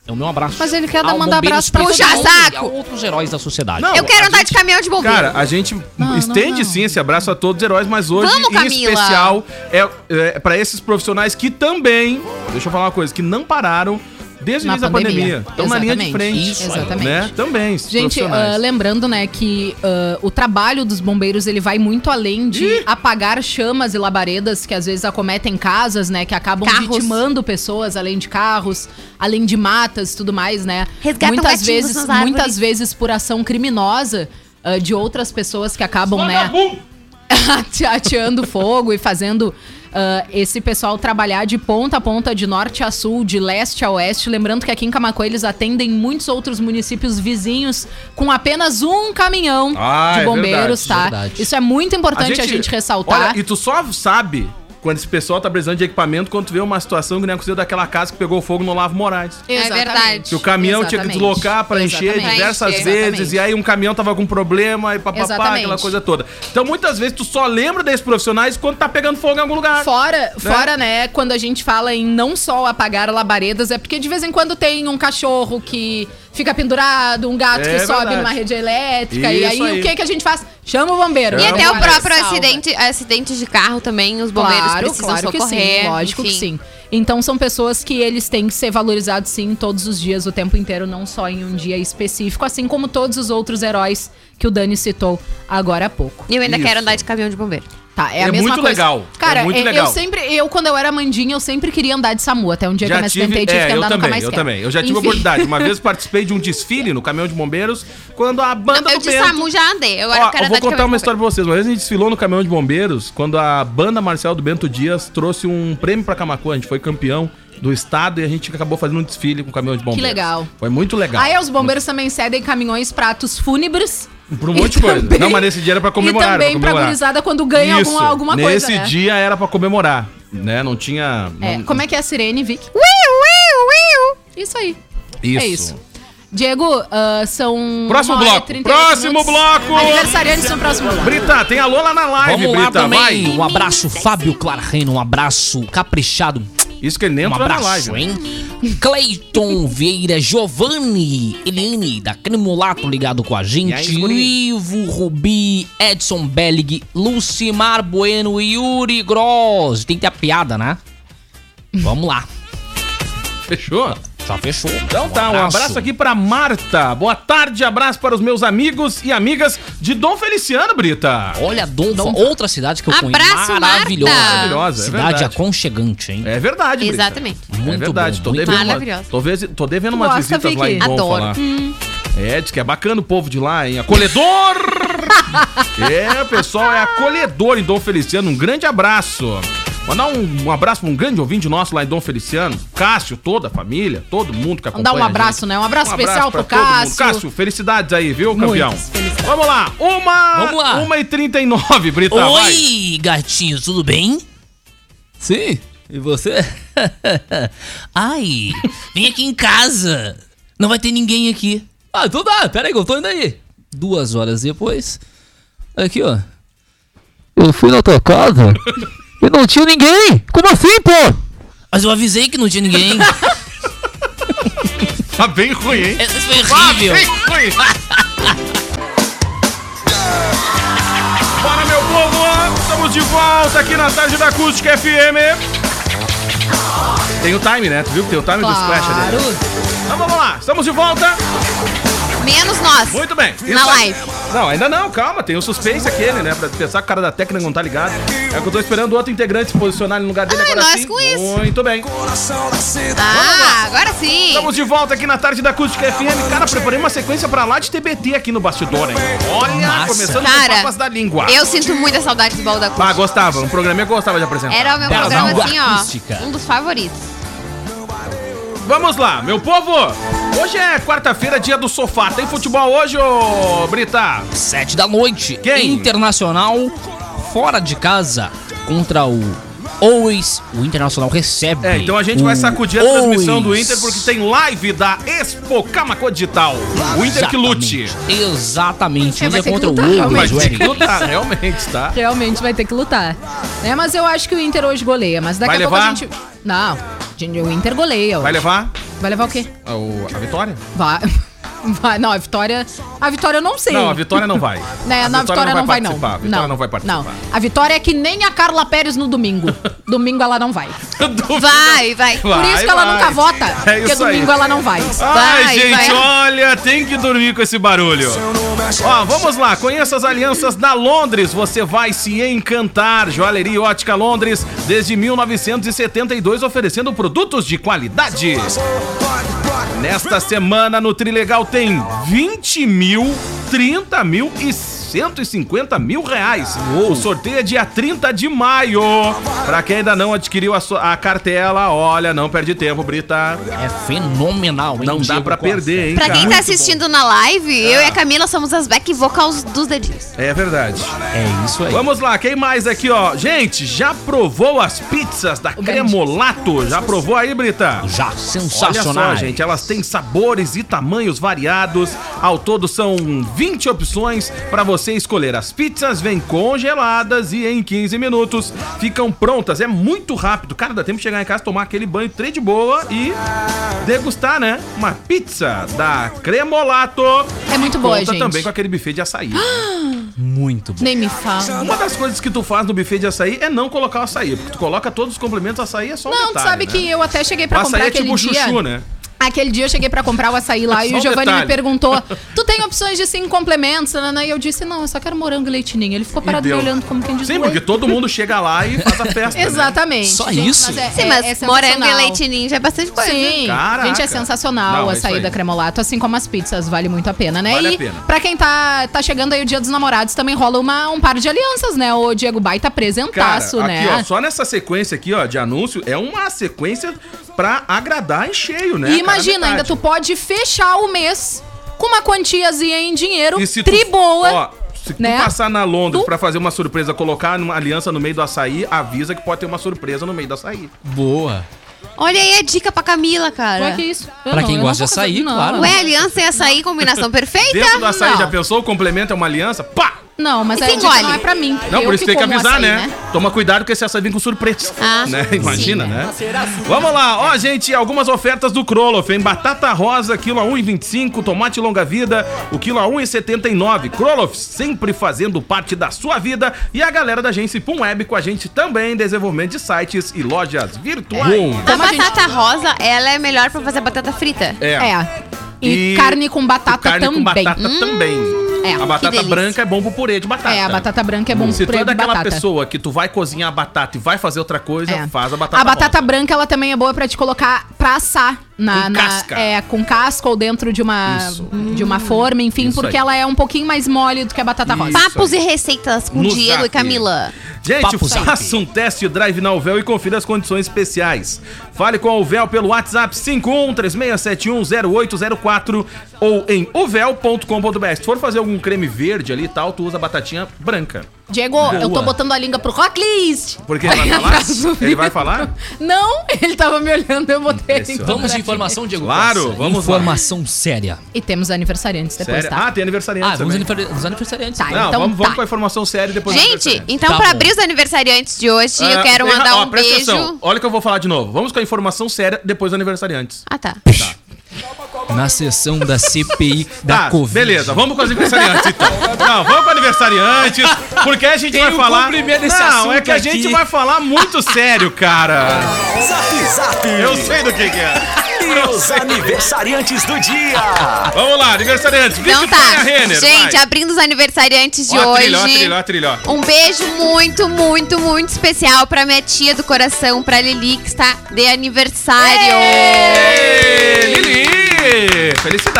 É o meu abraço.
Mas ele quer
Ao
dar- mandar
bombeiros
abraço pra
todo
puxar
mundo
saco.
e a outros heróis da sociedade.
Não,
Eu quero
a
tá
andar de
gente-
caminhão de bombeiro.
Cara, a gente estende sim esse abraço a todos os heróis, mas hoje,
Vamos,
em
Camila.
especial, é, é para esses profissionais que também, deixa eu falar uma coisa, que não pararam desde o
Na
início da
pandemia.
pandemia. Estão na linha de
Exatamente.
frente.
Isso aí.
Exatamente.
Né? Também, esses
Gente, ah,
profissionais.
lembrando, né, que ah, o trabalho dos bombeiros, ele vai muito além de apagar chamas e labaredas que às vezes acometem casas, né, que acabam
Carros.
vitimando pessoas, além de carros, além de matas e tudo mais, né.
Resgatam
muitas
gatinhos
vezes,
nas árvores.
Muitas vezes por ação criminosa ah, de outras pessoas que acabam, né, <laughs> ate- ateando fogo e fazendo ah, esse pessoal trabalhar de ponta a ponta, de norte a sul, de leste a oeste. Lembrando que aqui em Camacuã eles atendem muitos outros municípios vizinhos com apenas um caminhão
Ah, é
de
verdade,
bombeiros, tá?
verdade.
Isso é muito importante a gente, ressaltar.
Olha, e tu só sabe Quando esse pessoal tá precisando de equipamento, quando tu vê uma situação que nem aconteceu daquela casa que pegou fogo no Lavo Moraes.
É verdade.
Que o caminhão tinha que deslocar para encher
Exatamente.
diversas
Pra encher.
vezes,
Exatamente.
e aí um caminhão tava com problema, e papapá,
Exatamente.
aquela coisa toda. Então muitas vezes tu só lembra desses profissionais quando tá pegando fogo em algum lugar.
Fora, fora, né, quando a gente fala em não só apagar labaredas, é porque de vez em quando tem um cachorro que fica pendurado, um gato
É
que sobe
verdade.
numa rede elétrica, e aí,
Isso aí.
o que que a gente faz? Chama o bombeiro.
E
Chama
até o
Agora,
próprio
salva.
acidente, acidente de carro também, os bombeiros precisam socorrer.
que sim, lógico
enfim.
que sim. Então são pessoas que eles têm que ser valorizados sim todos os dias, o tempo inteiro, não só em um dia específico, assim como todos os outros heróis que o Dani citou agora há pouco.
E eu ainda
Isso.
quero andar de caminhão de bombeiro.
Tá, é a
É
mesma
muito
coisa.
legal, é
Cara,
muito
é-
legal.
eu sempre, eu quando eu era mandinha, eu sempre queria andar de SAMU, até um dia que eu me acidentei e tive que
é,
andar
eu
nunca
também,
mais
eu
quero.
também. Eu já tive a
Enfim.
oportunidade. Uma
<laughs>
vez participei de um desfile no caminhão de bombeiros, quando a banda
Não, eu
do
de
Bento-
SAMU já andei. Agora
Ó, eu vou
eu quero andar de caminhão
contar uma
de bombeiro.
história pra vocês. Uma vez a gente desfilou no caminhão de bombeiros, quando a banda marcial do Bento Dias trouxe um prêmio pra Camacuã. A gente foi campeão do estado e a gente acabou fazendo um desfile com o caminhão de bombeiros.
legal.
Foi muito legal.
Aí os bombeiros também cedem caminhões pra atos fúnebres.
Pra um monte de coisa. Não, mas nesse dia era pra comemorar.
E
era
também pra
comemorar.
gurizada quando ganha
Isso,
alguma, alguma
nesse
coisa, né?
dia era pra comemorar, né? Não tinha...
É,
não-
como é que é a sirene, Vic? Isso aí.
Isso.
É isso. Diego, ah, são.
Próximo
uma hora e
bloco,
38
próximo bloco!
Aniversariantes no próximo bloco.
Brita, tem alô lá na live,
Vamos lá
Brita,
também.
vai.
Um abraço, Fábio Clarreno. Um abraço caprichado.
Isso que ele nem
Um
entrou na
abraço,
live.
hein? Cleiton Vieira, Giovanni, Eliane, da Cremolato ligado com a gente.
E aí, guri?
Ivo Rubi, Edson Bellig, Lucimar Bueno e Yuri Gross. Tem que ter a piada, né? Vamos lá.
Fechou?
Já fechou.
Então tá, um abraço aqui pra Marta. Boa tarde, abraço para os meus amigos e amigas de Dom Feliciano, Brita.
Olha, Dom, outra cidade que eu
Abraço,
conheço.
Marta.
Maravilhosa.
Maravilhosa, é
Cidade
verdade.
aconchegante, hein?
É verdade, Brita.
Exatamente.
É
Muito
verdade,
bom,
tô
muito
devendo, uma,
Maravilhosa.
tô, vezi- tô devendo umas
Gosta,
visitas lá em
Vicky?
Dom
Adoro.
falar.
Hum.
É, diz que é bacana o povo de lá, hein?
<laughs>
Acolhedor! é, pessoal, é acolhedor em Dom Feliciano. Um grande abraço. Mandar um, um abraço pra um grande ouvinte nosso lá em Dom Feliciano. Cássio, toda a família, todo mundo que acompanha
Vamos dar um
a gente.
abraço, né? Um abraço especial
pra
pro
todo mundo.
Cássio.
Cássio, felicidades aí, viu, campeão?
Muitas felicidades.
Vamos lá, uma,
Vamos lá.
uma e trinta e nove, Brita, Tá, vai.
Oi, gatinho, tudo bem? Sim, e você? <laughs> Ai, vem aqui em casa. Não vai ter ninguém aqui. Ah, então tá, peraí que eu tô indo aí. Duas horas depois, aqui ó. Eu fui na tua <laughs> casa e não tinha ninguém. Como assim, pô? Mas eu avisei que não tinha <laughs> ninguém.
Tá bem ruim, hein?
É, Isso foi horrível.
ruim. Bora, meu povo, estamos de volta aqui na tarde da Acústica FM. Tem o time, né? Tu viu que tem o time do Splash ali. né? Então vamos lá, estamos de volta.
Menos nós.
Muito bem.
Na
aí-
live.
Não, ainda não, calma, tem o suspense aquele, né? Pra pensar que o cara da técnica não tá ligado. É que eu tô esperando o outro integrante se posicionar no lugar dele
Ah,
agora
nós
sim.
com isso.
Muito bem.
Ah, agora sim.
Estamos de volta aqui na tarde da Acústica FM. Cara, preparei uma sequência pra lá de TBT aqui no bastidor, hein? Olha,
Massa.
começando com
Cara,
papas da língua.
Eu sinto muita saudade do baú da
Ah,
Cruz.
gostava. Um programa eu gostava de apresentar.
Era o meu
Baú
programa,
da
assim,
Acústica.
ó. Um dos favoritos.
Vamos lá, meu povo. Hoje é quarta-feira, dia do sofá. Tem futebol hoje, ô Brita?
Sete da noite.
Quem?
Internacional fora de casa contra o Ois. O Internacional recebe.
É, então a gente
o
vai sacudir a transmissão do
Ois.
Inter porque tem live da Expo Camacô Digital. O Inter que lute.
Exatamente. Exatamente.
É,
Inter
vai ter que
contra o
lutar,
Ois,
realmente.
Mas
o
tem que
Eric.
lutar, realmente, tá?
Realmente vai ter que lutar. Né? Mas eu acho que o Inter hoje goleia. Mas daqui
Vai
a
levar?
pouco a gente. Não, gente, o Inter goleia. hoje.
Vai levar
Vai levar o quê?
a, o- a vitória?
Vai. <laughs> Vai. Não, a vitória. A vitória eu não sei.
Não, a vitória não vai.
<laughs> Né,
A
na vitória, não vai, não.
participar, A vitória não vai participar.
Não. A vitória é que nem a Carla Pérez no
<laughs>
domingo. domingo ela não vai.
Vai, vai.
Por isso que ela nunca vota.
É
porque
isso aí. Ah,
domingo ela não vai.
Ai,
Vai,
gente,
vai.
olha, tem que dormir com esse barulho. Ó, vamos lá, conheça as alianças da Londres, você vai se encantar. Joalheria e Ótica Londres, desde 1972, oferecendo produtos de qualidade. Nesta semana no Trilegal tem 20 mil, 30 mil e 150 mil reais. O sorteio é dia 30 de maio. Pra quem ainda não adquiriu a, sua- a cartela, olha, não perde tempo, Brita.
É fenomenal, hein,
Não dá
Diego
pra
Costa?
perder, hein,
Pra quem
cara?
tá assistindo na live, eu e
Ah.
a Camila somos as back vocals dos dedinhos.
É verdade.
É isso aí.
Vamos lá, quem mais aqui, ó? Gente, já provou as pizzas da Cremolato? Já provou aí, Brita?
Já,
Olha
sensacional.
só, gente, elas têm sabores e tamanhos variados. Ao todo são 20 opções para você escolher. As pizzas vêm congeladas e em 15 minutos ficam prontas. É muito rápido. Cara, dá tempo de chegar em casa, tomar aquele banho três de boa e degustar, né? Uma pizza da Cremolato.
É muito boa,
Conta
gente.
também com aquele buffet de açaí.
Muito bom.
Nem me fala.
Uma das coisas que tu faz no buffet de açaí é não colocar o açaí, porque tu coloca todos os complementos, açaí é só um
Não, tu
detalhe,
sabe
né?
que eu até cheguei
O
pra
açaí
comprar
é
aquele
tipo
dia.
chuchu, né?
Aquele dia eu cheguei pra comprar o açaí lá
<laughs>
e
Só
o
um
Giovanni me
detalhe. <laughs>
perguntou: Tu tem opções de cinco complementos? nananã?" E eu disse: Não, eu só quero morango e leitinho. Ele ficou parado me
deu.
olhando como quem diz
Sim,
"Ué?"
porque todo mundo chega lá e faz a festa. né?
<laughs> Exatamente.
Só isso?
é-
Sim,
é-
mas
é
morango e
sensacional.
leite ninja é bastante coisa.
Sim,
Caraca.
gente, é sensacional
Não,
a
é isso
saída
aí.
Cremolato, assim como as pizzas, vale muito a pena, né?
Vale a
e
pena.
pra quem tá, tá chegando aí o Dia dos Namorados, também rola uma, um par de alianças, né? O Diego Baita
Cara,
apresentaço,
aqui,
né?
ó, só nessa sequência aqui, ó, de anúncio, é uma sequência pra agradar em cheio, né?
e
Cara,
imagina,
metade.
ainda tu pode fechar o mês com uma quantiazinha em dinheiro,
E se tu-
triboa.
Ó, se tu
um né?
passar na Londres
Tu-
pra fazer uma surpresa, colocar uma aliança no meio do açaí, avisa que pode ter uma surpresa no meio do açaí.
Boa.
Olha aí a dica pra Camila, cara.
Ué, é que isso? Eu
Pra
não,
quem
eu não
gosta de
vou fazer-
açaí,
não,
claro.
não.
Ué, aliança e açaí,
<laughs>
combinação perfeita?
Dentro do açaí,
não.
já pensou? O complemento é uma aliança? Pá!
Não, mas
E
aí
se
a dica não
engole?
é pra mim.
Não,
Eu
por isso tem que
como
avisar,
açaí,
né? Toma cuidado que esse açaí vem com surpresa.
Ah,
né?
sim,
Imagina, né? Vamos lá, ó, gente, algumas ofertas do Kroloff, hein? Batata rosa, quilo a 1,25, tomate longa vida, o quilo a 1,79. Kroloff sempre fazendo parte da sua vida e a galera da agência Pum Web com a gente também, desenvolvimento de sites e lojas virtuais.
A
Como a gente-
batata rosa, ela é melhor pra fazer batata frita.
É.
É. E, carne com batata
carne
também.
com batata também.
é,
a
que
batata
delícia.
branca é bom pro purê de batata.
É, a batata branca é bom
Se
pro
tu é
purê de
daquela
batata.
pessoa que tu vai cozinhar a batata e vai fazer outra coisa,
É.
faz a batata
A batata
rosa.
branca, ela também é boa pra te colocar pra assar. Na,
Com
na-
casca.
É, com casca ou dentro de uma,
Isso.
de uma forma, enfim,
Isso
porque
aí.
ela é um pouquinho mais mole do que a batata rosa.
Isso
Papos
aí.
e receitas com
No
Diego
Zap.
e Camila.
Gente,
Papo
faça um test drive na Uvel e confira as condições especiais. Fale com a Uvel pelo WhatsApp 5136710804 ou em uvel.com.br. Se for fazer algum creme verde ali e tal, tu usa batatinha branca.
Diego, eu tô botando a língua pro rocklist.
Porque ele vai
<laughs>
falar? Ele vai falar?
Não, ele tava me olhando, eu botei. ele.
Impressionante.
Vamos de informação, Diego
Claro,
Costa.
vamos lá.
Informação séria.
E temos aniversariantes depois,
Sério?
tá?
Ah, tem aniversariante
Ah, vamos
também.
aniver- os aniversariantes.
Tá,
Não,
então
vamos, vamos
tá.
pra informação séria e depois do
Gente,
aniversariante.
então
Tá
pra
bom.
abrir os aniversariantes de hoje, eu
Ah,
quero
tem-
mandar
ó,
um
presta
beijo.
atenção. Olha o que eu vou falar de novo. Vamos com a informação séria depois do aniversariantes.
Ah, tá.
Na sessão da CPI da
Tá,
Covid.
Beleza, vamos com os aniversariantes
<laughs>
então. Não, vamos com aniversariantes, porque a gente
Tem
vai
um
falar.
cumprimento desse
Não, é
assunto
que a gente
aqui.
vai falar muito sério, cara.
Zap Zap
Eu sei do que, que é.
e os aniversariantes do dia.
Vamos lá, aniversariantes.
Então tá.
Renner,
Gente,
vai.
abrindo os aniversariantes de
Ó a
hoje.
trilha, ó a trilha, ó a trilha, ó.
Um beijo muito, muito, muito especial pra minha tia do coração, pra Lili, que está de aniversário.
Ei, Lili!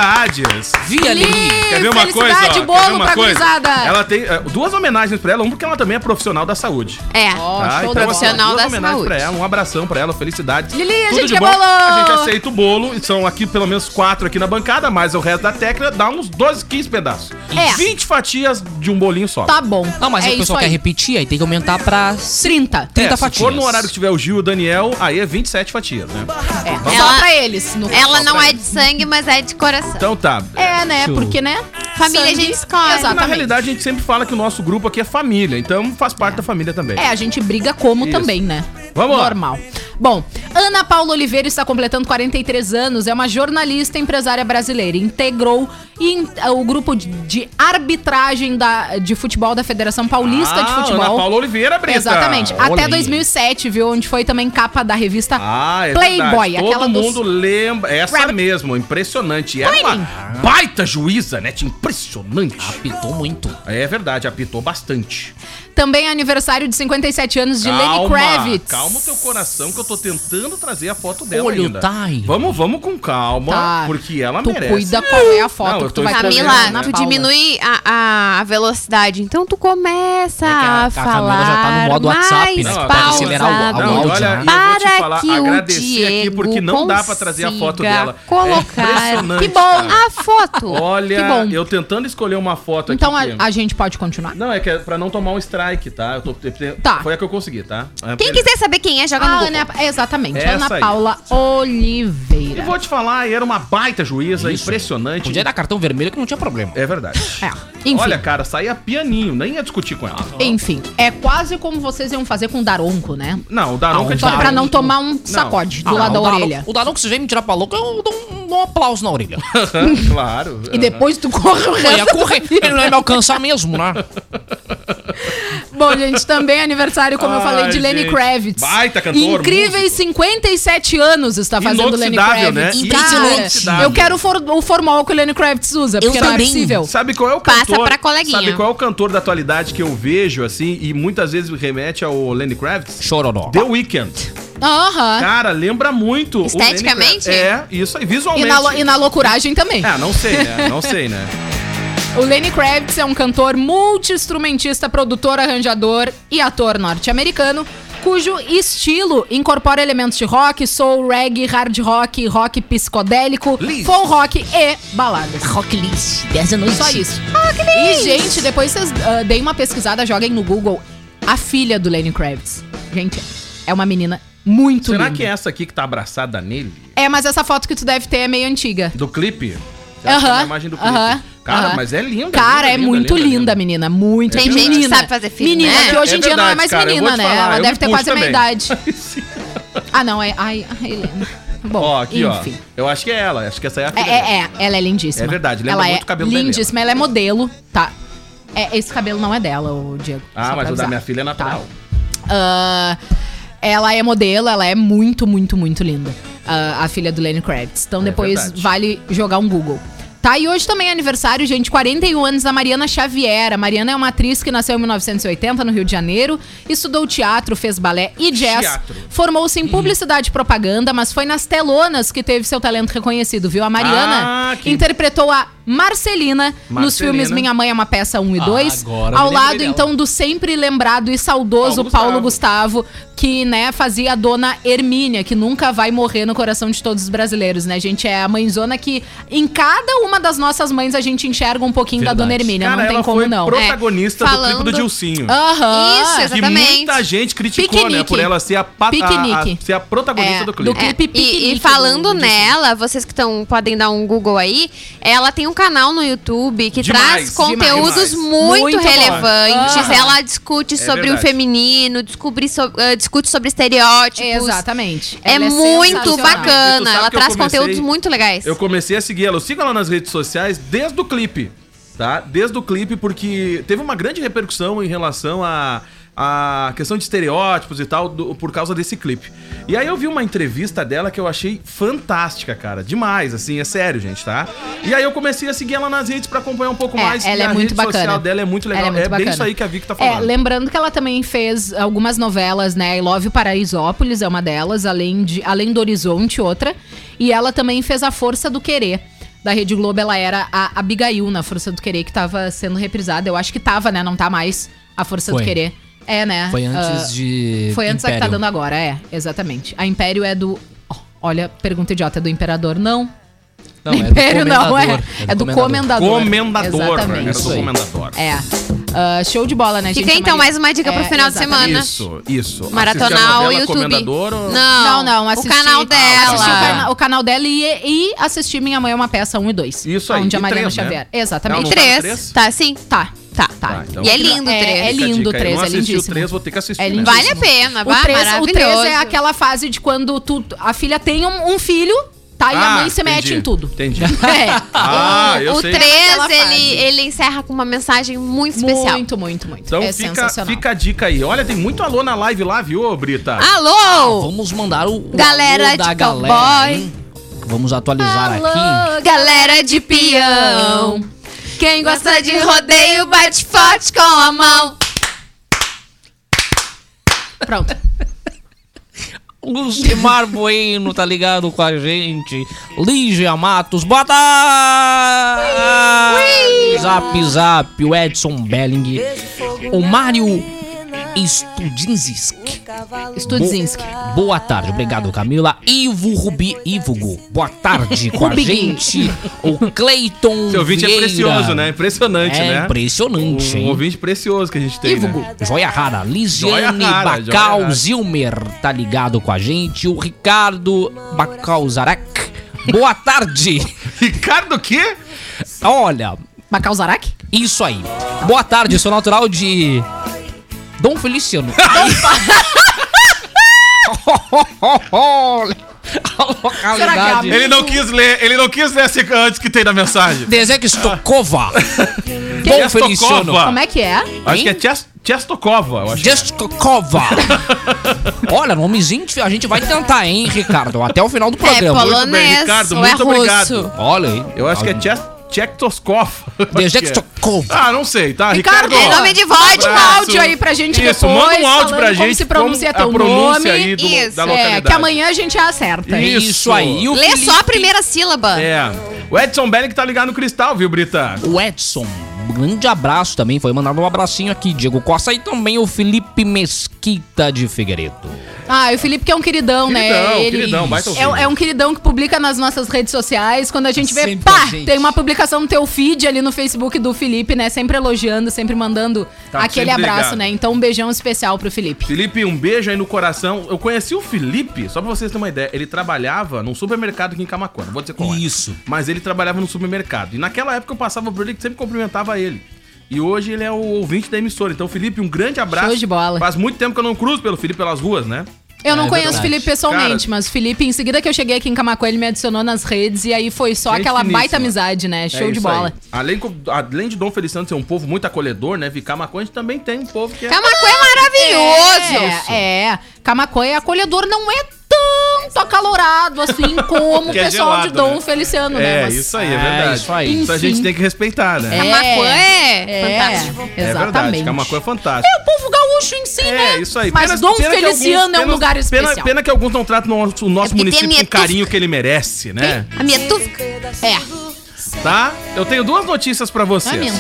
Felicidades!
Via Lili.
Quer ver uma coisa? ó?
Felicidade,
Quer ver
bolo
uma
pra
coisa?
gurizada.
Ela tem eh, duas homenagens pra ela, uma porque ela também é profissional da saúde.
É.
Tá,
Ó, show
então,
da
assim,
bola.
profissional
duas
da
homenagens
saúde.
pra ela, um abração pra ela, felicidades.
Lili, a
Tudo
gente
de
quer
bom.
bolo!
A gente aceita o bolo, e são aqui pelo menos quatro aqui na bancada, mas o resto da técnica dá uns 12, 15 pedaços.
É.
20 fatias de um bolinho só.
Tá bom.
Não, mas
é
o pessoal
isso
quer
aí.
repetir, aí tem que aumentar pra
30.
30
é, se
fatias.
for no horário que tiver o Gil e o Daniel, aí é 27 fatias, né?
É,
Ela-
só pra eles. no-
Ela
só
não
pra
é
eles.
de sangue, mas é de coração.
Então tá.
É, né? Porque, né?
Família, a gente escolhe.
Na
Exatamente.
realidade, a gente sempre fala que o nosso grupo aqui é família, então faz parte da família também.
É, a gente briga como
Isso.
também, né?
Vamos lá.
Normal. Bom, Ana Paula Oliveira está completando 43 anos, é uma jornalista e empresária brasileira. Integrou in- o grupo de, de arbitragem da, de futebol da Federação Paulista de
Ah,
Futebol.
Ana Paula Oliveira, Brita.
Exatamente.
Olha
Até
aí.
2007, viu? Onde foi também capa da revista
Ah, é
Playboy.
verdade. Todo
Aquela dos-
mundo lembra. É Essa
Rabbit-
mesmo, impressionante. Era uma baita juíza, né? Tinha Impressionante.
Apitou muito.
É verdade, apitou bastante.
Também é aniversário de 57 anos de Lenny
Calma,
Kravitz.
Calma o teu coração que eu tô tentando trazer a foto dela
Olha o
É, ainda.
time.
Vamos, vamos com calma,
Tá.
porque ela
Tu
merece.
cuida qual é a foto
Não, eu
que
tô
tu vai
escrevendo,
colocar
Né?
Camila,
na
tu
Paula.
Ah, tipo, diminui a, a- a velocidade. Então tu começa
É que a-
a,
a Camila
falar.
já tá no modo WhatsApp,
mais
né?
Não,
Pra
pausado.
acelerar o áudio.
Não, e olha, e eu
né?
vou te
Para
falar,
que o
agradecer
Diego
aqui porque não dá pra trazer a foto
consiga
dela. É
Colocar.
impressionante,
que bom
cara.
a foto. que
Olha,
bom.
eu tentando escolher uma foto
Então a,
aqui. que-
a gente pode continuar.
Não, é que é pra não tomar um strike, tá? Eu tô...
Tá.
Foi a que eu consegui, tá? É,
Quem
beleza.
quiser saber quem é, joga
Ah,
no
A
Google.
Ah, Ana, exatamente,
Essa
Ana
aí.
Paula
E
Oliveira.
vou te falar, era uma baita juíza, impressionante.
Podia dar cartão vermelho que não tinha problema.
É verdade.
<laughs> É, enfim.
Olha, cara, saía pianinho, nem ia discutir com ela.
Enfim, é quase como vocês iam fazer com o Daronco, né?
Não, o Daronco
Ah,
é
o
Só pra
diferente.
não tomar um sacode do
Ah,
lado
o
da
Daronco-
orelha.
O Daronco, se vem me tirar pra louca, eu dou um, dou um aplauso na
<laughs>
orelha.
<laughs> Claro. É
E depois tu corre o
Eu ia
resto.
correr, ele não ia me alcançar mesmo, né?
Bom, gente, também é aniversário, como eu
Ai,
falei, de Lenny
gente.
Kravitz.
Baita cantor,
Incríveis
músico.
57 anos está fazendo Lenny
Inoxidável,
Kravitz.
né?
Cara,
Inoxidável.
eu quero o for- o formal que o Lenny Kravitz usa, porque não é
também.
possível.
Sabe qual é o
Passa
cantor?
pra coleguinha.
Sabe qual é o cantor da atualidade que eu vejo, assim, e muitas vezes remete ao Lenny Kravitz?
Chororó.
The Weeknd.
Aham.
Cara, lembra muito. o Lenny Kravitz.
Esteticamente?
É, isso aí,
E
visualmente.
na, lo- e na loucuragem também.
Ah, não sei, né?
<laughs>
Não sei, né?
O Lenny Kravitz é um cantor multi-instrumentista, produtor, arranjador e ator norte-americano, cujo estilo incorpora elementos de rock, soul, reggae, hard rock, rock psicodélico,
Liz.
folk rock e baladas. Rock list, 10 anos. Só isso. e, gente, depois vocês ah, deem uma pesquisada, joguem no Google a filha do Lenny Kravitz. Gente, é uma menina muito
Será
linda.
que é essa aqui que tá abraçada nele?
é? mas essa foto que tu deve ter é meio antiga.
Do clipe? Você acha que é
Aham.
uma imagem do clipe.
aham,
Cara,
aham.
mas é linda.
Cara, é muito linda,
linda.
menina. Muito
Tem gente
menina.
que sabe fazer filho,
Menina,
né?
que hoje
É
em dia não é
verdade,
mais
cara, eu
menina,
vou te
né?
falar,
Ela
eu
deve
me
ter
puxo
quase a minha
também.
idade.
<laughs> Sim.
Ah, não, é. Ai, ai, Helena. Bom,
Ó, aqui,
enfim.
ó. Eu acho que é ela. Acho que essa é a
É,
filha dela.
é, é, ela é lindíssima.
É verdade, lembra
ela
muito
é
o cabelo da Helena.
lindíssima, ela é modelo, tá? É, esse cabelo não é dela, o Diego.
Ah,
só
mas
pra
o da
avisar. tá?
minha filha é natural.
Ah, ela é modelo, ela é muito, muito, muito linda. Ah, a filha do Lenny Kravitz. Então depois
É verdade.
vale jogar um Google. Tá, e hoje também é aniversário, gente, 41 anos da Mariana Xavier. A Mariana é uma atriz que nasceu em 1980 no Rio de Janeiro, estudou teatro, fez balé e jazz.
Teatro.
Formou-se em publicidade e propaganda, mas foi nas telonas que teve seu talento reconhecido, viu? A Mariana
Ah, que-
interpretou a Marcelina, nos
Marcelina. Ah,
filmes Minha Mãe é uma Peça 1 e 2.
agora
ao
me lembrei
lado,
dela.
então, do sempre lembrado e saudoso
Paulo
Paulo Gustavo, que, né, fazia a dona Hermínia, que nunca vai morrer no coração de todos os brasileiros, né, gente? É a mãezona que, em cada uma das nossas mães, a gente enxerga um pouquinho da
Verdade.
dona Hermínia.
Cara,
não tem
ela
como
foi
não.
protagonista
É,
do clipe do
falando-
Dilcinho.
Aham.
Isso,
Que
Exatamente.
muita gente criticou, né?
Piquenique.
Por ela ser a, pa- a-
Piquenique.
a- ser a protagonista
É,
do clipe.
do clipe.
E- E,
piquenique
falando
do- do
nela, vocês que estão podem dar um Google aí, ela tem um canal no YouTube que
Demais,
traz
demais,
conteúdos
demais.
muito,
Muito bom.
relevantes.
Aham.
Ela discute sobre
É verdade.
o feminino, descobri so- eh, discute sobre estereótipos.
Exatamente.
É
Ela
muito
sensacional.
E tu
bacana.
sabe
Ela
que eu
traz
comecei-
conteúdos muito legais.
Eu comecei a segui-la. Eu sigo ela nas redes sociais desde o clipe, tá? Desde o clipe, porque teve uma grande repercussão em relação à a questão de estereótipos e tal, do- por causa desse clipe. E aí eu vi uma entrevista dela que eu achei fantástica, cara. Demais, assim, é sério, gente, tá? E aí eu comecei a seguir ela nas redes pra acompanhar um pouco
É,
mais.
ela
e
é
a
muito
rede
bacana.
social dela é muito legal.
Ela
é
muito
bem
bacana.
isso aí que a Vic tá
É,
falando.
lembrando que ela também fez algumas novelas, né? I Love Paraisópolis é uma delas, além, de, além do Horizonte, outra. E ela também fez A Força do Querer. Da Rede Globo, ela era a Abigail na Força do Querer, que tava sendo reprisada. Eu acho que tava, né? Não tá mais a Força
Foi.
do Querer. É, né?
Foi
Ah,
antes de.
Foi antes da que tá
Império.
dando agora, é. Exatamente. A Império é do... ó, olha, pergunta idiota, é do Imperador? Não.
Não, é do
Império não, é.
Comendador,
É do Comendador.
Comendador,
Exatamente.
né? Era
Isso
do
aí.
Comendador.
É. Ah, show de bola, né, gente?
Fica então
Maria-
mais uma dica pro
É,
final de
exatamente.
semana.
Isso, isso. Assistir a
Maratonar o
novela
YouTube.
Comendador ou-
Não,
Não,
não, assisti.
O canal dela.
Assisti o, cana- o canal dela e, e assisti Minha Mãe é uma Peça 1 e 2.
Isso aí,
Onde a
e
Mariana
três, né?
Xavier.
Não,
Exatamente.
E
não.
três.
Três?
Tá, sim?
Tá, tá, tá.
Tá, então-
E é lindo o
É,
três.
é lindo o
Fica a dica aí.
3,
Eu
é
não assisti o
lindíssimo.
3, vou ter que assistir.
É
né?
lindíssimo.
Vale a pena,
O
vá,
3, o
maravilhoso.
três é aquela fase de quando tu, a filha tem um, um filho, tá? E a mãe se mete
Ah, entendi,
em tudo.
Entendi.
<laughs> É.
Ah, eu
o
sei.
3,
Naquela fase.
ele, ele encerra com uma mensagem muito especial.
Muito, muito, muito.
Então
é
fica,
sensacional.
fica a dica aí. Olha, tem muito alô na live lá, viu, Brita?
Ah, Alô!
Vamos mandar o. o
Galera
alô
de
tipo,
da galera.
cowboy.
hein? Vamos atualizar aqui.
Alô, galera de peão. Quem gosta de rodeio, bate forte com a mão.
Pronto.
Lucimar Bueno tá ligado com a gente. Lígia Matos, boa tarde! Zap Zap, o Edson Belling, o Mário Studzinski.
Studzinski.
Bo- Boa tarde, obrigado Camila. Ivo Rubi Ivogo, boa tarde com a gente. O Cleiton
Seu ouvinte é
Vieira.
precioso, né? Impressionante,
É
né?
impressionante,
Um
hein?
ouvinte precioso que a gente tem,
Ivogo,
né?
Joia Rara, Lisiane
Joia rara, joia
Bacal
rara.
Zilmer, tá ligado com a gente. O Ricardo Bacalzarek, boa tarde.
Ricardo o quê?
Olha,
Bacau Zarac?
isso aí. Boa tarde, sou natural de. Dom Feliciano. Olha é a localidade.
Ele não quis ler, ele não quis ler esse antes que tem na mensagem.
Deseco Stokova. Dom
Chestokova.
Feliciano.
Como é que é?
Acho que é Chest- Chestokova, eu acho.
Jeskokova. Olha, nomezinho, difí- a gente vai tentar, hein, Ricardo? Até o final do
É
programa.
bem,
polonês
Ricardo,
ou é
muito obrigado.
russo?
Olha aí.
Eu acho que é Chest... Chektoskov.
é Jeskokova.
Ah, não sei, tá?
Ricardo,
Ricardo,
É
ó,
nome de
Manda um
vodka.
abraço.
áudio aí pra gente
Isso,
depois.
manda um áudio pra
falando
gente.
Como se pronuncia
como
teu
a pronúncia
nome.
aí do,
Isso,
da
é,
localidade.
É, que amanhã a gente acerta.
Isso.
É Isso aí. E o
Lê só a
Felipe-
primeira sílaba.
É. O Edson Belling tá ligado no cristal, viu, Brita?
O Edson, um grande abraço também. Foi mandado um abracinho aqui, Diego Costa. E também o Felipe Mesquita de Figueiredo.
Ah, e o Felipe que é um queridão,
Queridão,
né? Ele
queridão, baita ouvinte.
é, é um queridão que publica nas nossas redes sociais. Quando a gente vê,
Sempre com
pá,
a gente.
tem uma publicação no teu feed ali no Facebook do Felipe, né? Sempre elogiando, sempre mandando
Tá
aquele
sempre
abraço,
ligado.
né? Então, um beijão especial pro Felipe.
Felipe, um beijo aí no coração. Eu conheci o Felipe, só pra vocês terem uma ideia, ele trabalhava num supermercado aqui em Camacuã, não vou dizer qual é.
Isso.
Mas ele trabalhava num supermercado. E naquela época eu passava por ele que sempre cumprimentava ele. E hoje ele é o ouvinte da emissora. Então, Felipe, um grande abraço.
Show de bola.
Faz muito tempo que eu não cruzo pelo Felipe pelas ruas, né?
Eu não
É
conheço o
verdade.
Felipe pessoalmente,
Cara-
mas o Felipe, em seguida que eu cheguei aqui em Camacuã, ele me adicionou nas redes e aí foi só
Gente
aquela
finíssima.
baita amizade, né?
É
Show de
isso
bola.
aí. Além, co- além de Dom Feliciano ser um povo muito acolhedor, né? Vicar Maconha, a gente também tem um povo que é.
Camacuã é maravilhoso.
É, é. Camacuã é acolhedor, não é tanto acalorado assim como
<laughs>
o
Que é
pessoal de
gelado,
Dom
né?
Feliciano, né?
É,
Mas-
isso aí, é
É,
verdade.
isso aí.
a gente tem que respeitar, né?
Camacuã é, fantástico.
É, exatamente.
verdade, Camacuã é fantástico.
É o povo gaúcho em si, né?
É, isso aí.
Mas Dom
que
Feliciano
alguns-
é um
pena-
lugar
pena-
especial.
Pena, que alguns não tratam o nosso, o nosso
É porque
município
tem
com
a
o carinho que ele merece, né?
A minha tufca. É.
Tá? Eu tenho duas notícias pra vocês.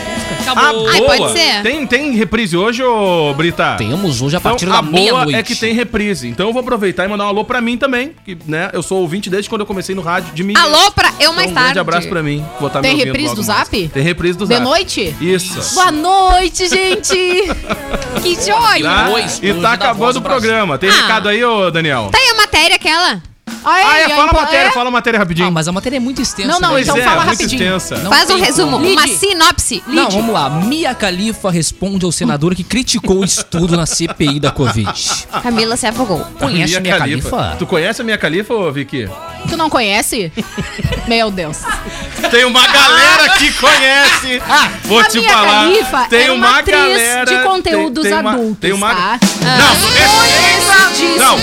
A
Acabou.
boa.
Tá Ai, pode ser.
Tem, tem reprise hoje, ô Brita?
Ah, Temos hoje a
Então,
partir
a
da
boa
meia-noite.
é que tem reprise. Então eu vou aproveitar e mandar um alô pra mim também. Que, né, eu sou ouvinte desde quando eu comecei no rádio de mim.
Alô pra eu
Então,
mais
um
tarde.
grande abraço pra mim. Vou tá me
Tem
ouvindo
reprise
logo
do
mais.
Zap?
Tem reprise do
De
Zap.
noite?
Isso.
Boa
<laughs>
noite, gente! que
Tá?
joia!
Dois,
E
hoje
tá
da
acabando
Voz do
o
Brasil.
programa. Tem
Ah.
recado aí, ô Daniel?
Tá aí a matéria aquela?
Ai,
Ah, é,
ai,
fala a
então-
matéria,
é.
fala a matéria rapidinho.
Ah, mas a matéria é muito extensa.
Não, não,
né?
então
Pois
fala
é, muito
rapidinho.
extensa.
Não
Faz um
tem
resumo,
como.
uma
Lide.
sinopse.
Não, vamos lá. Mia Khalifa responde ao senador que criticou o estudo na CPI
<laughs>
da Covid.
Camila se afogou.
Conhece a Mia Khalifa?
Tu conhece a minha califa, ô Vicky?
Tu não conhece? Meu Deus.
Tem uma galera que
<laughs>
conhece. Vou
Ah, a
te
Mia
falar.
Khalifa
tem
é uma, atriz de conteúdos
tem- tem uma-
adultos,
tem uma-
tá? é
Não,
Conhecidíssima.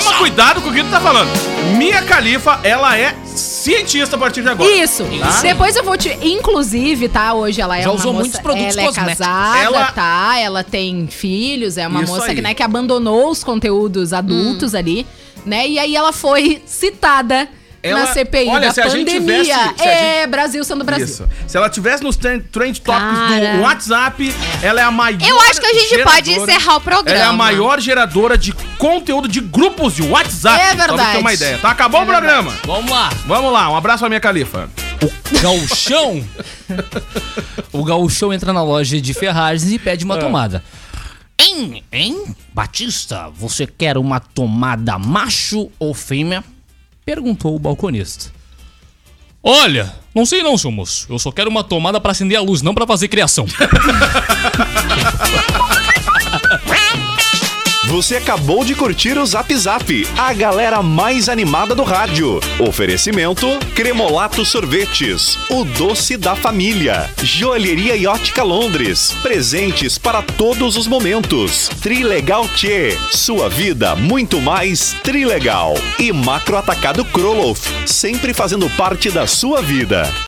toma cuidado com o que tu tá falando. Mia Khalifa, ela é cientista a partir de agora.
Isso.
Tá?
Depois eu vou te. Inclusive, tá? Hoje ela é
Já
uma
usou
moça-
muitos produtos
Ela é
cosméticos.
casada,
Ela-
tá? Ela tem filhos, é uma
Isso
moça
aí. Hum.
que, né, que abandonou os conteúdos adultos ali, né? E aí ela foi citada
Ela-
na CPI
olha,
da
se a gente
pandemia.
tivesse- se a
É, Brasil sendo Brasil.
Isso. Se ela tivesse nos trend, trend topics
Cara.
do WhatsApp, ela é a maior.
Eu acho que a gente pode
geradora-
encerrar o programa.
Ela é a maior geradora de conteúdo de grupos de WhatsApp.
É
Só pra você
verdade.
ter uma ideia, tá?
É
Acabou o programa.
Vamos lá.
Vamos lá, um abraço pra minha califa.
Gauchão. o gauchão entra na loja de Ferragens e pede uma tomada. Hein, hein? Batista, você quer uma tomada macho ou fêmea? Perguntou o balconista. Olha, não sei não, seu moço. Eu só quero uma tomada para acender a luz, não para fazer criação.
Você acabou de curtir o Zap Zap, a galera mais animada do rádio. Oferecimento: Cremolato Sorvetes, o doce da família. Joalheria e Ótica Londres, presentes para todos os momentos. Trilegal Tchê, sua vida muito mais trilegal. E Macro Atacado Kroloff, sempre fazendo parte da sua vida.